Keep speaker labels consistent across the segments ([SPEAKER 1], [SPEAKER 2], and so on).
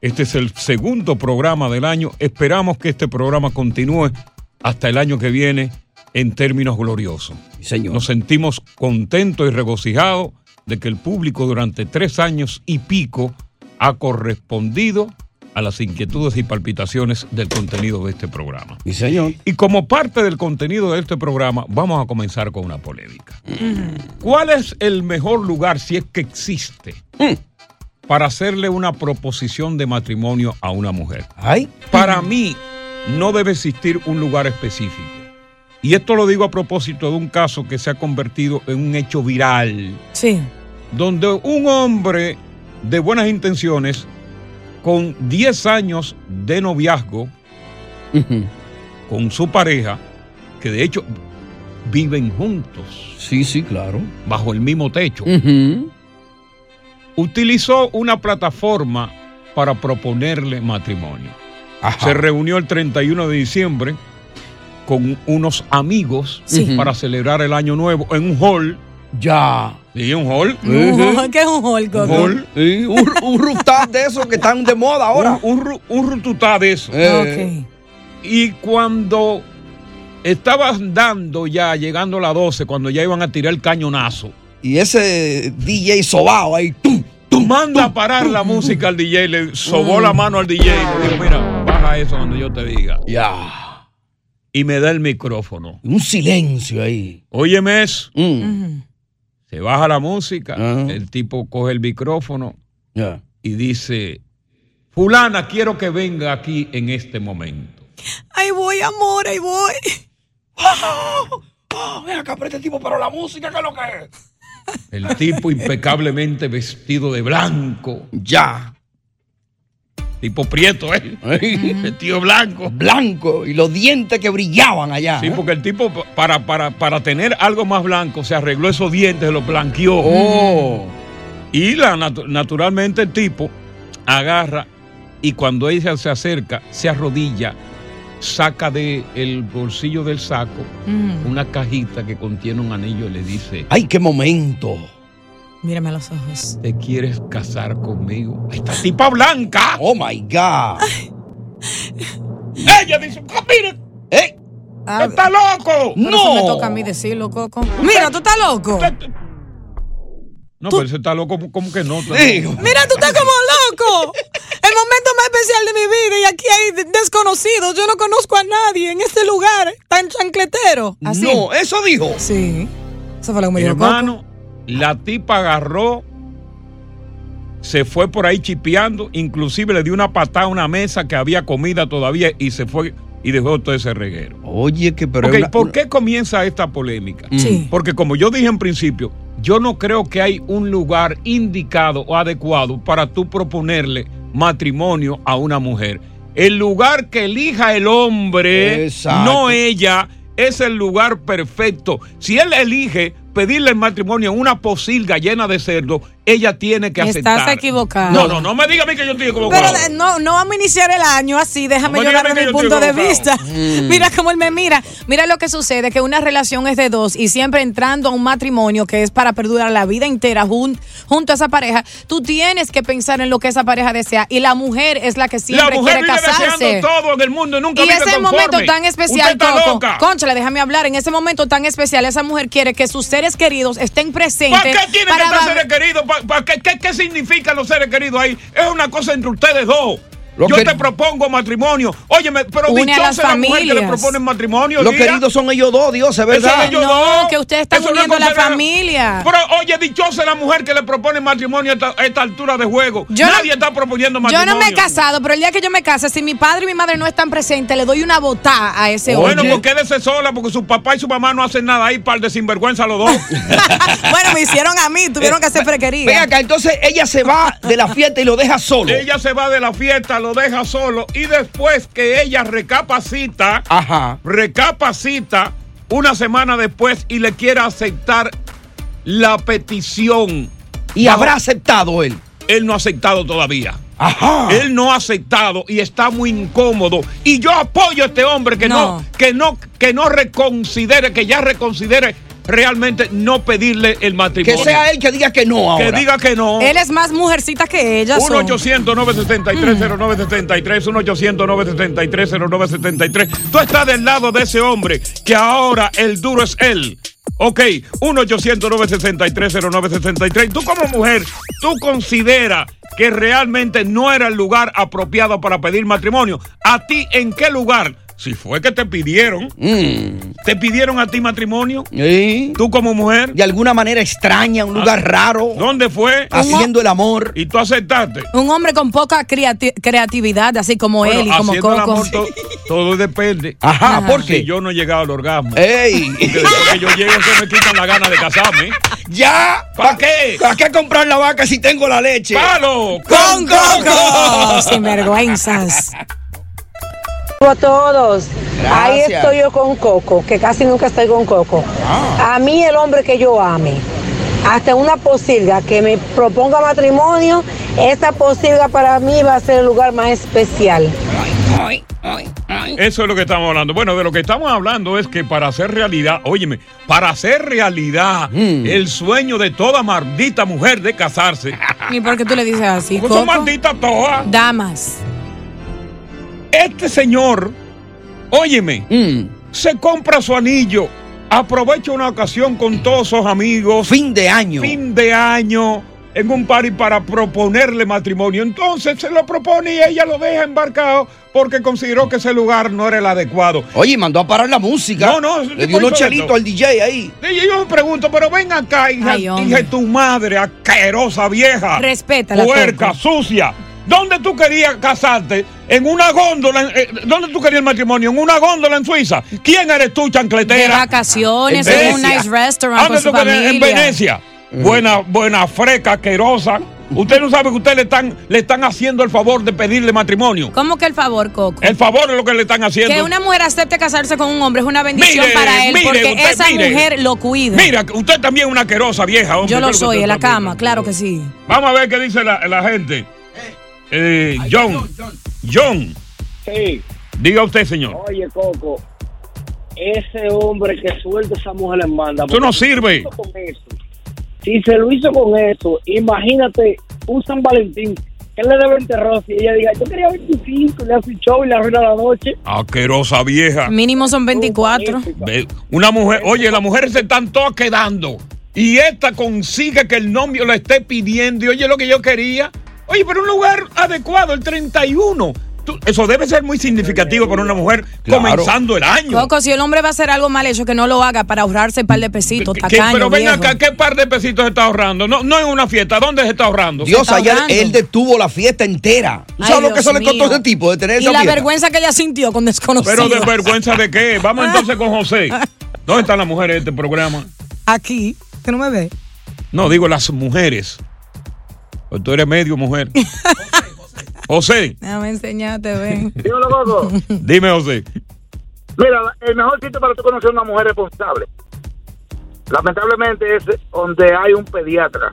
[SPEAKER 1] Este es el segundo programa del año. Esperamos que este programa continúe hasta el año que viene en términos gloriosos.
[SPEAKER 2] Señor.
[SPEAKER 1] Nos sentimos contentos y regocijados de que el público durante tres años y pico ha correspondido a las inquietudes y palpitaciones del contenido de este programa.
[SPEAKER 2] Mi señor.
[SPEAKER 1] Y como parte del contenido de este programa, vamos a comenzar con una polémica. ¿Cuál es el mejor lugar, si es que existe, para hacerle una proposición de matrimonio a una mujer?
[SPEAKER 2] Ay.
[SPEAKER 1] Para mí, no debe existir un lugar específico. Y esto lo digo a propósito de un caso que se ha convertido en un hecho viral
[SPEAKER 3] Sí.
[SPEAKER 1] donde un hombre de buenas intenciones, con 10 años de noviazgo
[SPEAKER 2] Ujú.
[SPEAKER 1] con su pareja, que de hecho viven juntos
[SPEAKER 2] Sí, sí, claro.
[SPEAKER 1] bajo el mismo techo,
[SPEAKER 2] Ujú.
[SPEAKER 1] utilizó una plataforma para proponerle matrimonio.
[SPEAKER 2] Ajá.
[SPEAKER 1] Se reunió el 31 de diciembre con unos amigos
[SPEAKER 3] Sí.
[SPEAKER 1] para celebrar el año nuevo en un hall.
[SPEAKER 2] Ya.
[SPEAKER 1] ¿Y un hall?
[SPEAKER 2] Ujú.
[SPEAKER 3] ¿Qué es un hall,
[SPEAKER 1] Un
[SPEAKER 3] Coco?
[SPEAKER 1] hall.
[SPEAKER 2] Sí, un, un rooftop de esos que están de moda ahora.
[SPEAKER 1] Un, un ru- un rututá de eso.
[SPEAKER 2] Eh,
[SPEAKER 3] Ok.
[SPEAKER 1] Y cuando estaban dando ya, llegando a las 12, cuando ya iban a tirar el cañonazo,
[SPEAKER 2] Y ese DJ sobao ahí. ¡tum! Mm.
[SPEAKER 1] manda a parar la música al DJ, le sobó la mano al DJ y le dijo, mira, baja eso cuando yo te diga.
[SPEAKER 2] Ya.
[SPEAKER 1] Y me da el micrófono.
[SPEAKER 2] Un silencio ahí.
[SPEAKER 1] Óyeme eso.
[SPEAKER 2] Mm.
[SPEAKER 1] Se baja la música,
[SPEAKER 2] Ajá.
[SPEAKER 1] el tipo coge el micrófono
[SPEAKER 2] Ya.
[SPEAKER 1] y dice, fulana, quiero que venga aquí en este momento.
[SPEAKER 3] Ahí voy, amor, ahí voy.
[SPEAKER 2] Ah, ven acá, pero este tipo, pero la música, ¿qué es lo que es?
[SPEAKER 1] El tipo impecablemente vestido de blanco,
[SPEAKER 2] Ya.
[SPEAKER 1] tipo prieto, ¿eh?
[SPEAKER 2] Ey,
[SPEAKER 1] Vestido blanco.
[SPEAKER 2] Blanco y los dientes que brillaban allá.
[SPEAKER 1] Sí, porque el tipo pa- para, para, para tener algo más blanco se arregló esos dientes, los blanqueó.
[SPEAKER 2] Oh.
[SPEAKER 1] Y la, natu- naturalmente el tipo agarra y cuando ella se acerca, se arrodilla, saca del bolsillo del saco
[SPEAKER 3] Mm,
[SPEAKER 1] una cajita que contiene un anillo y le dice,
[SPEAKER 2] Ay, qué momento.
[SPEAKER 3] Mírame a los ojos.
[SPEAKER 1] ¿te quieres casar conmigo? Esta tipa blanca.
[SPEAKER 2] Oh my God.
[SPEAKER 1] Ella dice, "Oh, mire,
[SPEAKER 2] ¡Eh!
[SPEAKER 3] Ah,
[SPEAKER 1] está loco.
[SPEAKER 3] pero
[SPEAKER 2] ¡No!
[SPEAKER 3] eso me toca a mí decirlo, Coco. Mira, tú estás loco.
[SPEAKER 1] No, pero ese está loco, ¿cómo que no?
[SPEAKER 2] Digo.
[SPEAKER 3] Mira, tú estás como loco. El momento más especial de mi vida y aquí hay de- desconocidos. Yo no conozco a nadie en este lugar tan chancletero. Así.
[SPEAKER 2] No, eso dijo.
[SPEAKER 3] Sí. Eso fue lo que me
[SPEAKER 1] Mi
[SPEAKER 3] dijo Coco.
[SPEAKER 1] hermano, la tipa agarró, se fue por ahí chipeando, inclusive le dio una patada a una mesa que había comida todavía y se fue y dejó todo ese reguero.
[SPEAKER 2] Oye, que pero.
[SPEAKER 1] Ok,
[SPEAKER 2] es una- Mm.
[SPEAKER 1] ¿por qué comienza esta polémica?
[SPEAKER 3] Sí.
[SPEAKER 1] Porque como yo dije en principio, yo no creo que hay un lugar indicado o adecuado para tú proponerle matrimonio a una mujer. El lugar que elija el hombre,
[SPEAKER 2] Exacto.
[SPEAKER 1] no ella, es el lugar perfecto. Si él elige pedirle el matrimonio en una posilga llena de cerdo, ella tiene que
[SPEAKER 3] Estás
[SPEAKER 1] aceptar.
[SPEAKER 3] equivocado.
[SPEAKER 1] No, no, no me diga a mí que yo estoy
[SPEAKER 3] Pero
[SPEAKER 1] equivocado.
[SPEAKER 3] de- no, no vamos a iniciar el año así, déjame
[SPEAKER 1] No me
[SPEAKER 3] yo
[SPEAKER 1] digas
[SPEAKER 3] darme
[SPEAKER 1] que
[SPEAKER 3] mi
[SPEAKER 1] yo
[SPEAKER 3] punto de
[SPEAKER 1] estoy
[SPEAKER 3] vista.
[SPEAKER 1] equivocado.
[SPEAKER 2] Mm.
[SPEAKER 3] Mira cómo él me mira. Mira lo que sucede, que una relación es de dos y siempre entrando a un matrimonio que es para perdurar la vida entera jun- junto a esa pareja, tú tienes que pensar en lo que esa pareja desea y la mujer es la que
[SPEAKER 1] la
[SPEAKER 3] siempre
[SPEAKER 1] mujer
[SPEAKER 3] quiere
[SPEAKER 1] vive
[SPEAKER 3] casarse.
[SPEAKER 1] deseando todo en el mundo y nunca
[SPEAKER 3] Y
[SPEAKER 1] vive
[SPEAKER 3] ese
[SPEAKER 1] conforme.
[SPEAKER 3] momento tan especial,
[SPEAKER 1] Usted está
[SPEAKER 3] Coco.
[SPEAKER 1] loca.
[SPEAKER 3] Cónchale, déjame hablar. En ese momento tan especial, esa mujer quiere que sus seres queridos estén presentes.
[SPEAKER 1] ¿Para qué tienen
[SPEAKER 3] para
[SPEAKER 1] que estar
[SPEAKER 3] va-
[SPEAKER 1] seres queridos? ¿Para, para qué, qué, qué significan los seres queridos ahí? Es una cosa entre ustedes dos.
[SPEAKER 2] Lo
[SPEAKER 1] Yo
[SPEAKER 2] que-
[SPEAKER 1] te propongo matrimonio. Óyeme, pero
[SPEAKER 3] Une a
[SPEAKER 1] dichosa
[SPEAKER 3] las
[SPEAKER 1] la mujer que le
[SPEAKER 3] familias.
[SPEAKER 1] proponen matrimonio.
[SPEAKER 2] Los
[SPEAKER 1] diga.
[SPEAKER 2] queridos son ellos dos, Dios, es
[SPEAKER 1] Eso
[SPEAKER 2] verdad.
[SPEAKER 1] ellos
[SPEAKER 3] No,
[SPEAKER 1] dos.
[SPEAKER 3] que usted está
[SPEAKER 1] Eso no es
[SPEAKER 3] uniendo la
[SPEAKER 1] considerado.
[SPEAKER 3] familia.
[SPEAKER 1] Pero oye, dichosa la mujer que le propone matrimonio a esta, a esta altura de juego.
[SPEAKER 3] Yo no-
[SPEAKER 1] Nadie está proponiendo
[SPEAKER 3] Yo
[SPEAKER 1] matrimonio.
[SPEAKER 3] no me he casado, pero el día que yo me case, si mi padre y mi madre no están presentes, le doy una botada a ese
[SPEAKER 1] Bueno,
[SPEAKER 3] hombre.
[SPEAKER 1] pues quédese sola porque su papá y su mamá no hacen nada ahí, par de sinvergüenza los dos.
[SPEAKER 3] bueno, me hicieron a mí, tuvieron que hacer frequería.
[SPEAKER 2] Eh, Ve acá, entonces ella se va de la fiesta y lo deja solo.
[SPEAKER 1] ella se va de la fiesta, lo deja solo y después que ella recapacita,
[SPEAKER 2] Ajá.
[SPEAKER 1] recapacita una semana después y le quiere aceptar la petición.
[SPEAKER 2] Y
[SPEAKER 1] Bajo-
[SPEAKER 2] habrá aceptado él.
[SPEAKER 1] Él no ha aceptado todavía.
[SPEAKER 2] Ajá.
[SPEAKER 1] Él no ha aceptado y está muy incómodo. Y yo apoyo a este hombre que no,
[SPEAKER 3] No.
[SPEAKER 1] que no, que no reconsidere, que ya reconsidere realmente no pedirle el
[SPEAKER 2] que
[SPEAKER 1] matrimonio.
[SPEAKER 2] sea él que diga que no
[SPEAKER 1] Que
[SPEAKER 2] ahora.
[SPEAKER 1] diga que no.
[SPEAKER 3] Él es más mujercita que ella. son.
[SPEAKER 1] 1-800-973-0973, 1-800-973-0973. Tú estás del lado de ese hombre que ahora el duro es él. Ok, 1-800-963-0963. Tú como mujer, tú consideras que realmente no era el lugar apropiado para pedir matrimonio. ¿A ti en qué lugar? Si fue que te pidieron, ¿te pidieron a ti matrimonio?
[SPEAKER 2] Sí.
[SPEAKER 1] Tú como mujer, Ah,
[SPEAKER 2] De alguna manera extraña, un lugar raro,
[SPEAKER 1] ¿dónde fue?
[SPEAKER 2] haciendo el amor.
[SPEAKER 1] Y tú aceptaste.
[SPEAKER 3] Un hombre con poca creati- creatividad, así como
[SPEAKER 1] Bueno,
[SPEAKER 3] él y como
[SPEAKER 1] haciendo el
[SPEAKER 3] Coco.
[SPEAKER 1] amor, to- todo depende.
[SPEAKER 2] Ajá,
[SPEAKER 3] Ajá.
[SPEAKER 2] ¿por
[SPEAKER 1] Si
[SPEAKER 2] qué?
[SPEAKER 1] yo no he llegado al orgasmo.
[SPEAKER 2] ¡Ey!
[SPEAKER 1] Porque después que yo llego, se me quitan la gana de casarme.
[SPEAKER 2] ¡Ya!
[SPEAKER 1] ¿Para qué?
[SPEAKER 2] ¿Para qué comprar la vaca si tengo la leche?
[SPEAKER 1] ¡Palo!
[SPEAKER 2] ¡Con
[SPEAKER 3] Oh,
[SPEAKER 2] coco!
[SPEAKER 3] sinvergüenzas.
[SPEAKER 4] a todos. Ahí
[SPEAKER 2] Gracias.
[SPEAKER 4] estoy yo con Coco, que casi nunca estoy con Coco.
[SPEAKER 1] Ah.
[SPEAKER 4] A mí el hombre que yo ame, hasta una posilga que me proponga matrimonio, esa posilga para mí va a ser el lugar más especial.
[SPEAKER 1] Eso es lo que estamos hablando. Bueno, de lo que estamos hablando es que para hacer realidad, óyeme, para hacer realidad
[SPEAKER 2] Mm.
[SPEAKER 1] el sueño de toda maldita mujer de casarse,
[SPEAKER 3] ¿Y por qué tú le dices así,
[SPEAKER 1] porque
[SPEAKER 3] Coco?
[SPEAKER 1] son malditas todas.
[SPEAKER 3] Damas.
[SPEAKER 1] Este señor, óyeme,
[SPEAKER 2] Mm,
[SPEAKER 1] se compra su anillo, aprovecha una ocasión con todos sus amigos,
[SPEAKER 2] Fin de año.
[SPEAKER 1] fin de año en un party para proponerle matrimonio. Entonces se lo propone y ella lo deja embarcado porque consideró que ese lugar no era el adecuado.
[SPEAKER 2] Oye, mandó a parar la música.
[SPEAKER 1] No, no,
[SPEAKER 2] Le dio unos
[SPEAKER 1] por eso
[SPEAKER 2] chelitos
[SPEAKER 1] no.
[SPEAKER 2] al DJ ahí.
[SPEAKER 1] Y yo me pregunto, pero ven acá, hija,
[SPEAKER 3] Ay, hombre.
[SPEAKER 1] hija de tu madre, asquerosa vieja.
[SPEAKER 3] Respétala,
[SPEAKER 1] Puerca,
[SPEAKER 3] Coco.
[SPEAKER 1] sucia. ¿Dónde tú querías casarte? En una góndola. en- eh, ¿Dónde tú querías el matrimonio? En una góndola en Suiza. ¿Quién eres tú,
[SPEAKER 3] De
[SPEAKER 1] chancletera?
[SPEAKER 3] vacaciones,
[SPEAKER 1] En
[SPEAKER 3] en un
[SPEAKER 1] Venecia.
[SPEAKER 3] nice restaurant con
[SPEAKER 1] Antes
[SPEAKER 3] su
[SPEAKER 1] tú que en-
[SPEAKER 3] familia.
[SPEAKER 1] En Venecia. Buena, buena, freca, asquerosa. Usted no sabe que usted le están, le están haciendo el favor de pedirle matrimonio.
[SPEAKER 3] ¿Cómo que el favor, Coco?
[SPEAKER 1] El favor es lo que le están haciendo.
[SPEAKER 3] Que una mujer acepte casarse con un hombre es una bendición
[SPEAKER 1] Mire,
[SPEAKER 3] para él
[SPEAKER 1] mire,
[SPEAKER 3] porque
[SPEAKER 1] usted,
[SPEAKER 3] esa
[SPEAKER 1] mire.
[SPEAKER 3] mujer lo cuida.
[SPEAKER 1] Mira, usted también es una asquerosa vieja. hombre.
[SPEAKER 3] Yo
[SPEAKER 1] ¿Qué
[SPEAKER 3] lo
[SPEAKER 1] es que
[SPEAKER 3] soy,
[SPEAKER 1] usted
[SPEAKER 3] en la
[SPEAKER 1] está
[SPEAKER 3] cama,
[SPEAKER 1] haciendo?
[SPEAKER 3] claro que sí.
[SPEAKER 1] Vamos a ver qué dice la, la gente. Eh, John. John.
[SPEAKER 5] Sí,
[SPEAKER 1] Diga usted, señor.
[SPEAKER 5] oye, Coco. Ese hombre que suelta esa mujer le manda.
[SPEAKER 1] Tú no
[SPEAKER 5] porque
[SPEAKER 1] sirve.
[SPEAKER 5] si se lo hizo con eso, Si se lo hizo con eso, imagínate un San Valentín. que le debe enterrar si ella diga, yo quería 25, le hace un show y le arruina la noche?
[SPEAKER 1] Asquerosa vieja.
[SPEAKER 3] Mínimo
[SPEAKER 1] Oh,
[SPEAKER 3] son 24.
[SPEAKER 1] Ve, Una mujer, oye, las mujeres se están todas quedando. Y esta consigue que el novio la esté pidiendo. Y oye, lo que yo quería. Oye, pero un lugar adecuado, el 31. Tú- eso debe ser muy significativo para una mujer
[SPEAKER 2] Claro.
[SPEAKER 1] comenzando el año.
[SPEAKER 3] Coco, si el hombre va a hacer algo mal hecho, que no lo haga para ahorrarse un par de pesitos,
[SPEAKER 1] Que- que-
[SPEAKER 3] tacaño,
[SPEAKER 1] pero ven
[SPEAKER 3] viejo.
[SPEAKER 1] acá, ¿qué par de pesitos se está ahorrando? No, no en una fiesta, ¿dónde se está ahorrando?
[SPEAKER 2] Dios,
[SPEAKER 3] está
[SPEAKER 2] allá
[SPEAKER 3] ahogando.
[SPEAKER 2] él detuvo la fiesta entera. ¿Tú
[SPEAKER 3] Ay,
[SPEAKER 2] sabes lo que
[SPEAKER 3] Dios
[SPEAKER 2] eso le costó
[SPEAKER 3] mío.
[SPEAKER 2] a ese tipo de tener
[SPEAKER 3] Y
[SPEAKER 2] esa
[SPEAKER 3] la
[SPEAKER 2] fiesta?
[SPEAKER 3] vergüenza que ella sintió con desconocidos.
[SPEAKER 1] Pero de vergüenza de qué.
[SPEAKER 3] Ah.
[SPEAKER 1] Vamos entonces con José. ¿Dónde están las mujeres de este programa?
[SPEAKER 3] Aquí, que no me ve.
[SPEAKER 1] No, digo las mujeres. Pues tú eres medio mujer. José,
[SPEAKER 3] Déjame enseñarte, ven.
[SPEAKER 5] Dímelo, Coco.
[SPEAKER 1] dime José.
[SPEAKER 5] Mira, el mejor sitio para tú conocer una mujer responsable, lamentablemente, es donde hay un pediatra.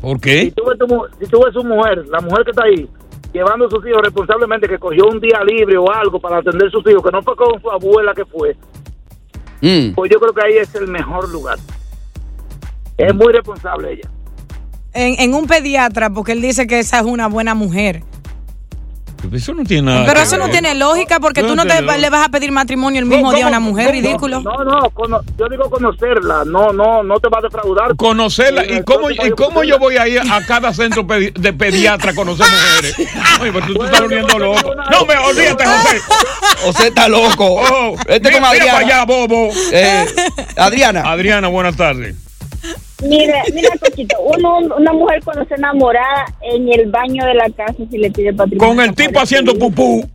[SPEAKER 1] ¿Por
[SPEAKER 5] Si
[SPEAKER 1] qué?
[SPEAKER 5] tú, ves tu mu- si tú ves su mujer, la mujer que está ahí, llevando a sus hijos responsablemente, que cogió un día libre o algo para atender a sus hijos, que no fue con su abuela que fue,
[SPEAKER 2] Mm.
[SPEAKER 5] pues yo creo que ahí es el mejor lugar. Es muy responsable ella.
[SPEAKER 3] En, en un pediatra, porque él dice que esa es una buena mujer.
[SPEAKER 1] Eso no tiene nada
[SPEAKER 3] Pero
[SPEAKER 1] que
[SPEAKER 3] eso no
[SPEAKER 1] ver.
[SPEAKER 3] tiene lógica porque
[SPEAKER 1] No
[SPEAKER 3] tú no te,
[SPEAKER 1] tiene
[SPEAKER 3] le vas a pedir matrimonio el mismo día a una mujer, ridículo.
[SPEAKER 6] No, no, cono- yo digo conocerla, no, no, no te va a defraudar.
[SPEAKER 1] Conocerla, ¿y cómo, y cómo yo voy a ir a cada centro pedi- de pediatra a conocer mujeres? Oye, pero tú te estás volviendo loco. No me olvides, José.
[SPEAKER 2] José está loco. Este
[SPEAKER 1] Oh,
[SPEAKER 2] con
[SPEAKER 1] mira, mira
[SPEAKER 2] Adriana. Eh,
[SPEAKER 1] para allá, bobo.
[SPEAKER 2] Adriana.
[SPEAKER 1] Adriana, buenas tardes.
[SPEAKER 7] Mira, mira, Cochito, uno, una mujer cuando se enamora en el baño de la casa si le pide patrimonio.
[SPEAKER 1] Con el tipo haciendo pupú.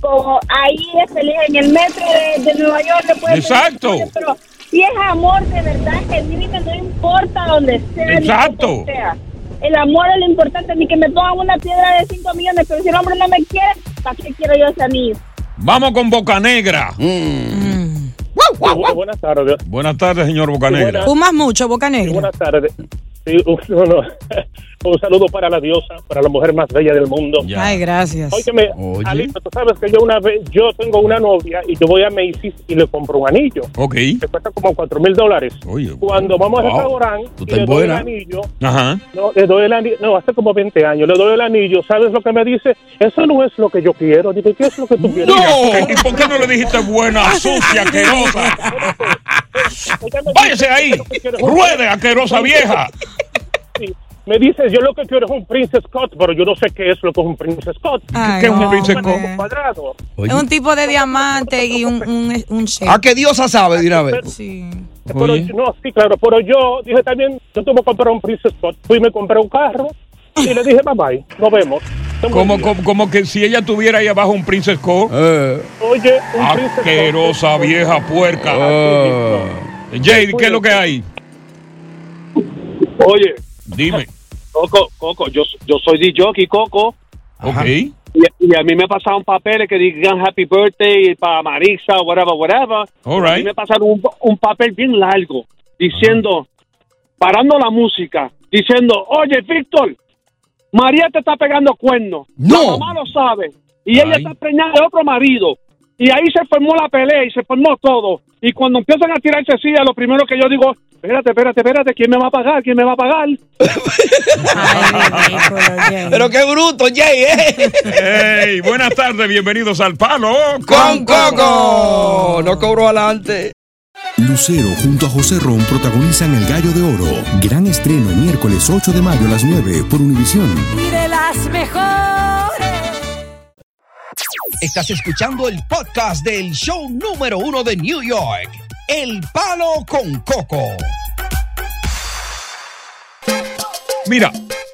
[SPEAKER 7] Como ahí es feliz, en el metro de, de Nueva York le puede pedir
[SPEAKER 1] Exacto.
[SPEAKER 7] patrimonio, Pero si es amor de verdad, genuino, no importa donde sea. ni
[SPEAKER 1] Exacto.
[SPEAKER 7] cómo sea. El amor es lo importante, ni que me pongan una piedra de 5 millones, pero si el hombre no me quiere, ¿para qué quiero yo ese anillo?
[SPEAKER 1] Vamos con Boca Negra.
[SPEAKER 6] Buenas tardes.
[SPEAKER 1] Buenas tardes, señor Boca Negra.
[SPEAKER 3] Fumas mucho, boca negra.
[SPEAKER 6] Buenas tardes. Sí, un, no, no. Un saludo para la diosa, para la mujer más bella del mundo.
[SPEAKER 3] Ay, gracias.
[SPEAKER 6] Óyeme, Alito, tú sabes que yo una vez, yo tengo una novia y yo voy a Macy's y le compro un anillo.
[SPEAKER 1] Ok.
[SPEAKER 6] Que cuesta como cuatro mil dólares. Cuando vamos al
[SPEAKER 1] wow.
[SPEAKER 6] restaurante y
[SPEAKER 1] Tú estás
[SPEAKER 6] le doy el
[SPEAKER 1] buena.
[SPEAKER 6] anillo,
[SPEAKER 1] Ajá.
[SPEAKER 6] no, le doy el anillo, no, hace como 20 años, le doy el anillo, ¿sabes lo que me dice? Eso no es lo que yo quiero, digo, ¿qué es lo que tú quieres?
[SPEAKER 1] ¿Y por qué no le dijiste buena, sucia, asquerosa? Váyase ahí. Ruede, asquerosa vieja.
[SPEAKER 6] Sí. Me dice, yo lo que quiero es un Prince Scott, pero yo no sé qué es lo que es un Prince Scott.
[SPEAKER 3] Ay, ¿Qué es un no, Prince Scott? hombre.
[SPEAKER 6] Cuadrado.
[SPEAKER 3] Es un tipo de diamante y un, un, un shape.
[SPEAKER 6] Ah,
[SPEAKER 2] ¿A qué diosa sabe de una vez?
[SPEAKER 3] Eh. Sí.
[SPEAKER 6] Pero, no, sí, claro, pero yo dije también, yo tuve que comprar un Prince Scott. Fui y me compré un carro y le dije, bye bye, nos vemos. Tengo un
[SPEAKER 1] Como,
[SPEAKER 6] día.
[SPEAKER 1] como, como que si ella tuviera ahí abajo un Princess Core.
[SPEAKER 6] Oye, un Prince Scott.
[SPEAKER 1] Asquerosa vieja puerca.
[SPEAKER 2] Ah.
[SPEAKER 1] Jade, ¿qué es lo que hay?
[SPEAKER 8] Oye.
[SPEAKER 1] Dime.
[SPEAKER 8] Coco, Coco, yo, yo soy DJ jockey, Coco.
[SPEAKER 1] Ok.
[SPEAKER 8] Y, y a mí me pasaron papeles que digan happy birthday para Marisa, whatever, whatever.
[SPEAKER 1] All right.
[SPEAKER 8] A mí me pasaron un, un papel bien largo diciendo, parando la música, diciendo, oye, Víctor, María te está pegando cuernos.
[SPEAKER 2] No.
[SPEAKER 8] La mamá lo sabe. Y ella
[SPEAKER 1] Ay.
[SPEAKER 8] está preñada de otro marido. Y ahí se formó la pelea y se formó todo. Y cuando empiezan a tirarse silla, lo primero que yo digo, espérate, espérate, espérate, ¿quién me va a pagar? ¿Quién me va a pagar?
[SPEAKER 2] Pero qué bruto, Jay, ¿eh?
[SPEAKER 1] Hey, buenas tardes, bienvenidos al Palo
[SPEAKER 2] Con Coco. No cobro adelante.
[SPEAKER 9] Lucero junto a José Ron protagonizan El Gallo de Oro. Gran estreno miércoles 8 de mayo a las 9 por Univisión.
[SPEAKER 10] Y de las mejores.
[SPEAKER 11] Estás escuchando el podcast del show número uno de New York, El Palo con Coco.
[SPEAKER 1] Mira,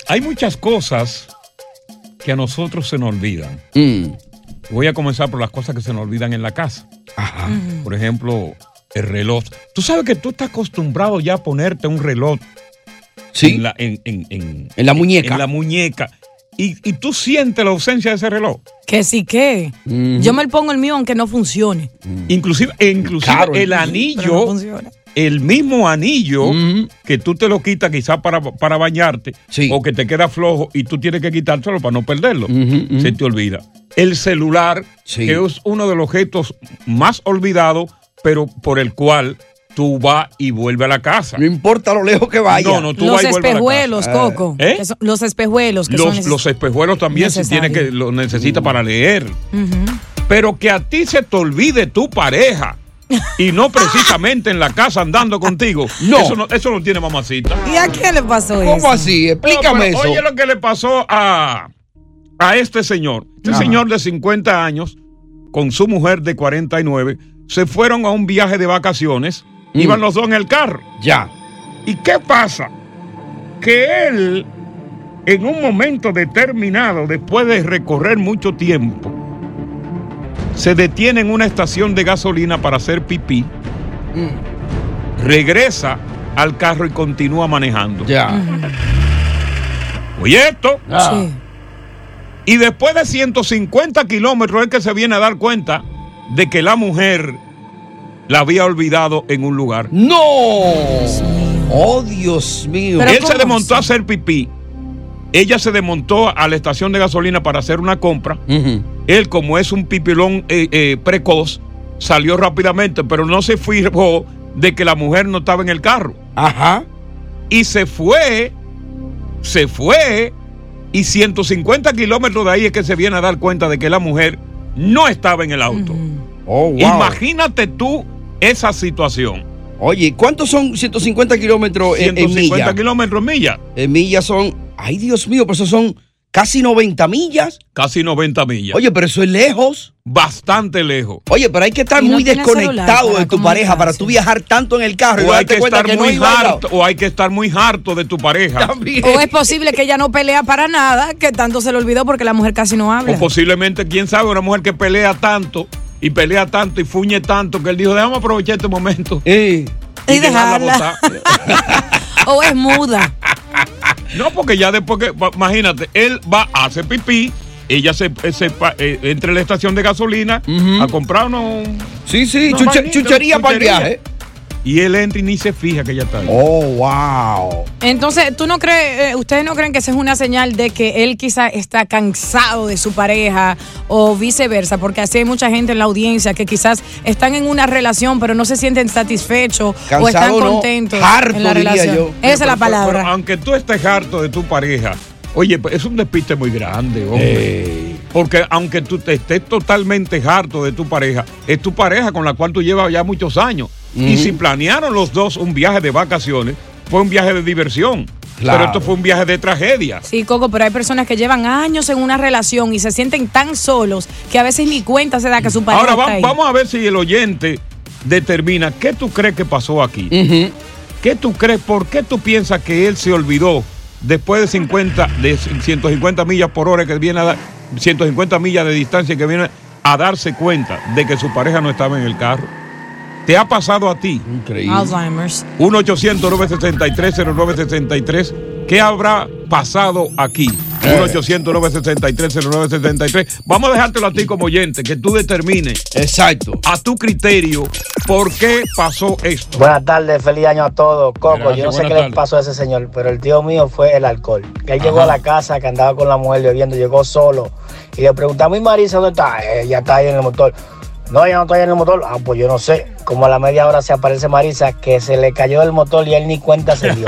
[SPEAKER 1] hay muchas cosas que a nosotros se nos olvidan.
[SPEAKER 2] Mm.
[SPEAKER 1] Voy a comenzar por las cosas que se nos olvidan en la casa. Por ejemplo, el reloj. Tú sabes que tú estás acostumbrado ya a ponerte un reloj en, la, en- en- en-
[SPEAKER 2] En la muñeca.
[SPEAKER 1] en la muñeca. Y, y tú sientes la ausencia de ese reloj.
[SPEAKER 3] Que sí que. Yo me pongo el mío aunque no funcione.
[SPEAKER 1] Inclusive, e inclusive
[SPEAKER 3] Claro,
[SPEAKER 1] el
[SPEAKER 3] inclusive, pero no
[SPEAKER 1] anillo,
[SPEAKER 3] funciona.
[SPEAKER 1] el mismo anillo que tú te lo quitas quizás para, para bañarte o que te queda flojo y tú tienes que quitártelo para no perderlo. Se te olvida. El celular, que es uno de los objetos más olvidados, pero por el cual tú vas y vuelves a la casa. No
[SPEAKER 2] importa lo lejos que Ah.
[SPEAKER 1] vayas. No, no, tú
[SPEAKER 3] Los
[SPEAKER 1] vas y vuelves a la
[SPEAKER 3] espejuelos,
[SPEAKER 1] casa.
[SPEAKER 3] Coco.
[SPEAKER 1] ¿Eh?
[SPEAKER 3] que son- Los espejuelos que son.
[SPEAKER 1] Los,
[SPEAKER 3] esos-
[SPEAKER 1] los espejuelos también si
[SPEAKER 3] necesario.
[SPEAKER 1] tienes que lo necesitas para leer.
[SPEAKER 3] Ujú.
[SPEAKER 1] Pero que a ti se te olvide tu pareja y no precisamente en la casa andando contigo.
[SPEAKER 2] No.
[SPEAKER 1] Eso no, eso no tiene mamacita.
[SPEAKER 3] ¿Y a quién le pasó eso?
[SPEAKER 2] ¿Cómo así?
[SPEAKER 1] No,
[SPEAKER 2] Explícame
[SPEAKER 1] pero
[SPEAKER 2] eso.
[SPEAKER 1] Oye lo que le pasó a, a este señor. Este
[SPEAKER 2] Ajá.
[SPEAKER 1] señor de 50 años, con su mujer de 49, se fueron a un viaje de vacaciones. Iban los dos en el carro.
[SPEAKER 2] Mm. Ya.
[SPEAKER 1] ¿Y qué pasa? Que él, en un momento determinado, después de recorrer mucho tiempo, se detiene en una estación de gasolina para hacer pipí,
[SPEAKER 2] Mm.
[SPEAKER 1] regresa al carro y continúa manejando.
[SPEAKER 2] Ya.
[SPEAKER 1] Oye esto.
[SPEAKER 2] Ah. Sí.
[SPEAKER 1] Y después de 150 kilómetros es que se viene a dar cuenta de que la mujer la había olvidado en un lugar.
[SPEAKER 2] ¡No! ¡Oh, Dios mío!
[SPEAKER 1] Él se desmontó a hacer pipí. Ella se desmontó a la estación de gasolina para hacer una compra. Él, como es un pipilón eh, eh, precoz, salió rápidamente, pero no se fijó de que la mujer no estaba en el carro.
[SPEAKER 2] Ajá.
[SPEAKER 1] Y se fue, se fue Y 150 kilómetros de ahí es que se viene a dar cuenta de que la mujer no estaba en el auto.
[SPEAKER 2] Oh,
[SPEAKER 1] Imagínate tú esa situación.
[SPEAKER 2] Oye, ¿cuántos son 150 kilómetros en, en
[SPEAKER 1] 150
[SPEAKER 2] millas?
[SPEAKER 1] kilómetros en millas.
[SPEAKER 2] En millas son, ay Dios mío, pero eso son casi 90 millas.
[SPEAKER 1] Casi 90 millas.
[SPEAKER 2] Oye, pero eso es lejos.
[SPEAKER 1] Bastante lejos.
[SPEAKER 2] Oye, pero hay que estar
[SPEAKER 1] Y no
[SPEAKER 2] muy
[SPEAKER 1] tiene celular
[SPEAKER 2] desconectado
[SPEAKER 1] para
[SPEAKER 2] de tu pareja para tú viajar tanto en el carro y
[SPEAKER 1] O hay,
[SPEAKER 2] darte
[SPEAKER 1] que
[SPEAKER 2] cuenta
[SPEAKER 1] estar
[SPEAKER 2] que no
[SPEAKER 1] muy
[SPEAKER 2] iba al lado.
[SPEAKER 1] harto, o hay que estar muy harto de tu pareja.
[SPEAKER 3] O es posible que ella no pelea para nada, que tanto se le olvidó porque la mujer casi no habla.
[SPEAKER 1] O posiblemente, quién sabe, una mujer que pelea tanto y pelea tanto y fuñe tanto que él dijo, déjame aprovechar este momento.
[SPEAKER 3] Y dejarla.
[SPEAKER 1] botar.
[SPEAKER 3] O es muda.
[SPEAKER 1] No, porque ya después que, va- imagínate, él va, hace pipí, ella se, eh, se pa- eh, entra en la estación de gasolina a comprarnos un...
[SPEAKER 2] Sí, sí, chuche- chuchería para el viaje.
[SPEAKER 1] Y él entra y ni se fija que ya está ahí.
[SPEAKER 2] Oh, wow.
[SPEAKER 3] Entonces, ¿tú no crees, eh, ustedes no creen que esa es una señal de que él quizá está cansado de su pareja o viceversa? Porque así hay mucha gente en la audiencia que quizás están en una relación pero no se sienten satisfechos o están
[SPEAKER 1] Cansado no,
[SPEAKER 3] contentos
[SPEAKER 1] harto,
[SPEAKER 3] en la
[SPEAKER 1] diría
[SPEAKER 3] relación.
[SPEAKER 1] yo.
[SPEAKER 3] Esa es la
[SPEAKER 1] Pero- pero- ah.
[SPEAKER 3] palabra.
[SPEAKER 1] pero aunque tú estés harto de tu pareja, oye, pues, es un despiste muy grande, hombre. Porque aunque tú te estés totalmente harto de tu pareja, es tu pareja con la cual tú llevas ya muchos años. Y
[SPEAKER 2] Ujú.
[SPEAKER 1] si planearon los dos un viaje de vacaciones, fue un viaje de diversión.
[SPEAKER 2] Claro.
[SPEAKER 1] Pero esto fue un viaje de tragedia.
[SPEAKER 3] Sí, Coco, pero hay personas que llevan años en una relación y se sienten tan solos que a veces ni cuenta se da que su pareja
[SPEAKER 1] Ahora
[SPEAKER 3] está
[SPEAKER 1] va-
[SPEAKER 3] ahí.
[SPEAKER 1] vamos a ver si el oyente determina qué tú crees que pasó aquí. ¿Qué tú crees? ¿Por qué tú piensas que él se olvidó después de 50, de 150 millas por hora que viene a dar, 150 millas de distancia que viene a darse cuenta de que su pareja no estaba en el carro? ¿Te ha pasado a ti?
[SPEAKER 3] Alzheimer's.
[SPEAKER 1] 1-800-963-0963. ¿Qué habrá pasado aquí? 1-800-963-0963. Vamos a dejártelo a ti como oyente, que tú determines.
[SPEAKER 2] Exacto.
[SPEAKER 1] A tu criterio, ¿por qué pasó esto?
[SPEAKER 12] Buenas tardes, feliz año a todos. Coco,
[SPEAKER 1] Gracias,
[SPEAKER 12] yo no sé qué
[SPEAKER 1] buenas
[SPEAKER 12] le
[SPEAKER 1] tardes.
[SPEAKER 12] pasó a ese señor, pero el tío mío fue el alcohol. Él llegó
[SPEAKER 1] Ajá.
[SPEAKER 12] a la casa que andaba con la mujer bebiendo, llegó solo. Y le preguntamos, ¿y Marisa dónde está? "Eh, Ella está ahí en el motor. No, ella no está ahí en el motor. Ah, pues yo no sé. Como a la media hora se aparece Marisa, que se le cayó del motor y él ni cuenta se dio.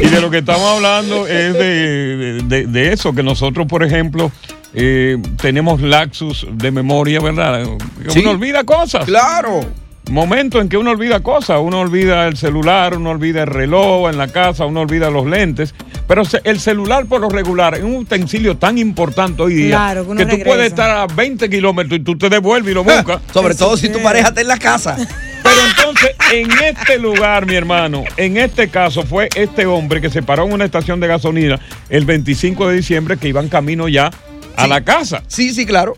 [SPEAKER 1] Y de lo que estamos hablando es de, de- de eso, que nosotros, por ejemplo, eh, tenemos laxus de memoria, ¿verdad? Que Uno olvida cosas.
[SPEAKER 2] Claro.
[SPEAKER 1] Momento en que uno olvida cosas, uno olvida el celular, uno olvida el reloj en la casa, uno olvida los lentes, pero se- el celular por lo regular es un utensilio tan importante hoy día
[SPEAKER 2] Claro, que
[SPEAKER 1] que,
[SPEAKER 2] uno
[SPEAKER 1] tú
[SPEAKER 2] regresa.
[SPEAKER 1] puedes estar a 20 kilómetros y tú te devuelves y lo buscas.
[SPEAKER 2] Sobre todo si tu pareja está en la casa.
[SPEAKER 1] Pero entonces, en este lugar, mi hermano, en este caso fue este hombre que se paró en una estación de gasolina el 25 de diciembre que iban camino ya a la casa.
[SPEAKER 2] Sí, sí, claro.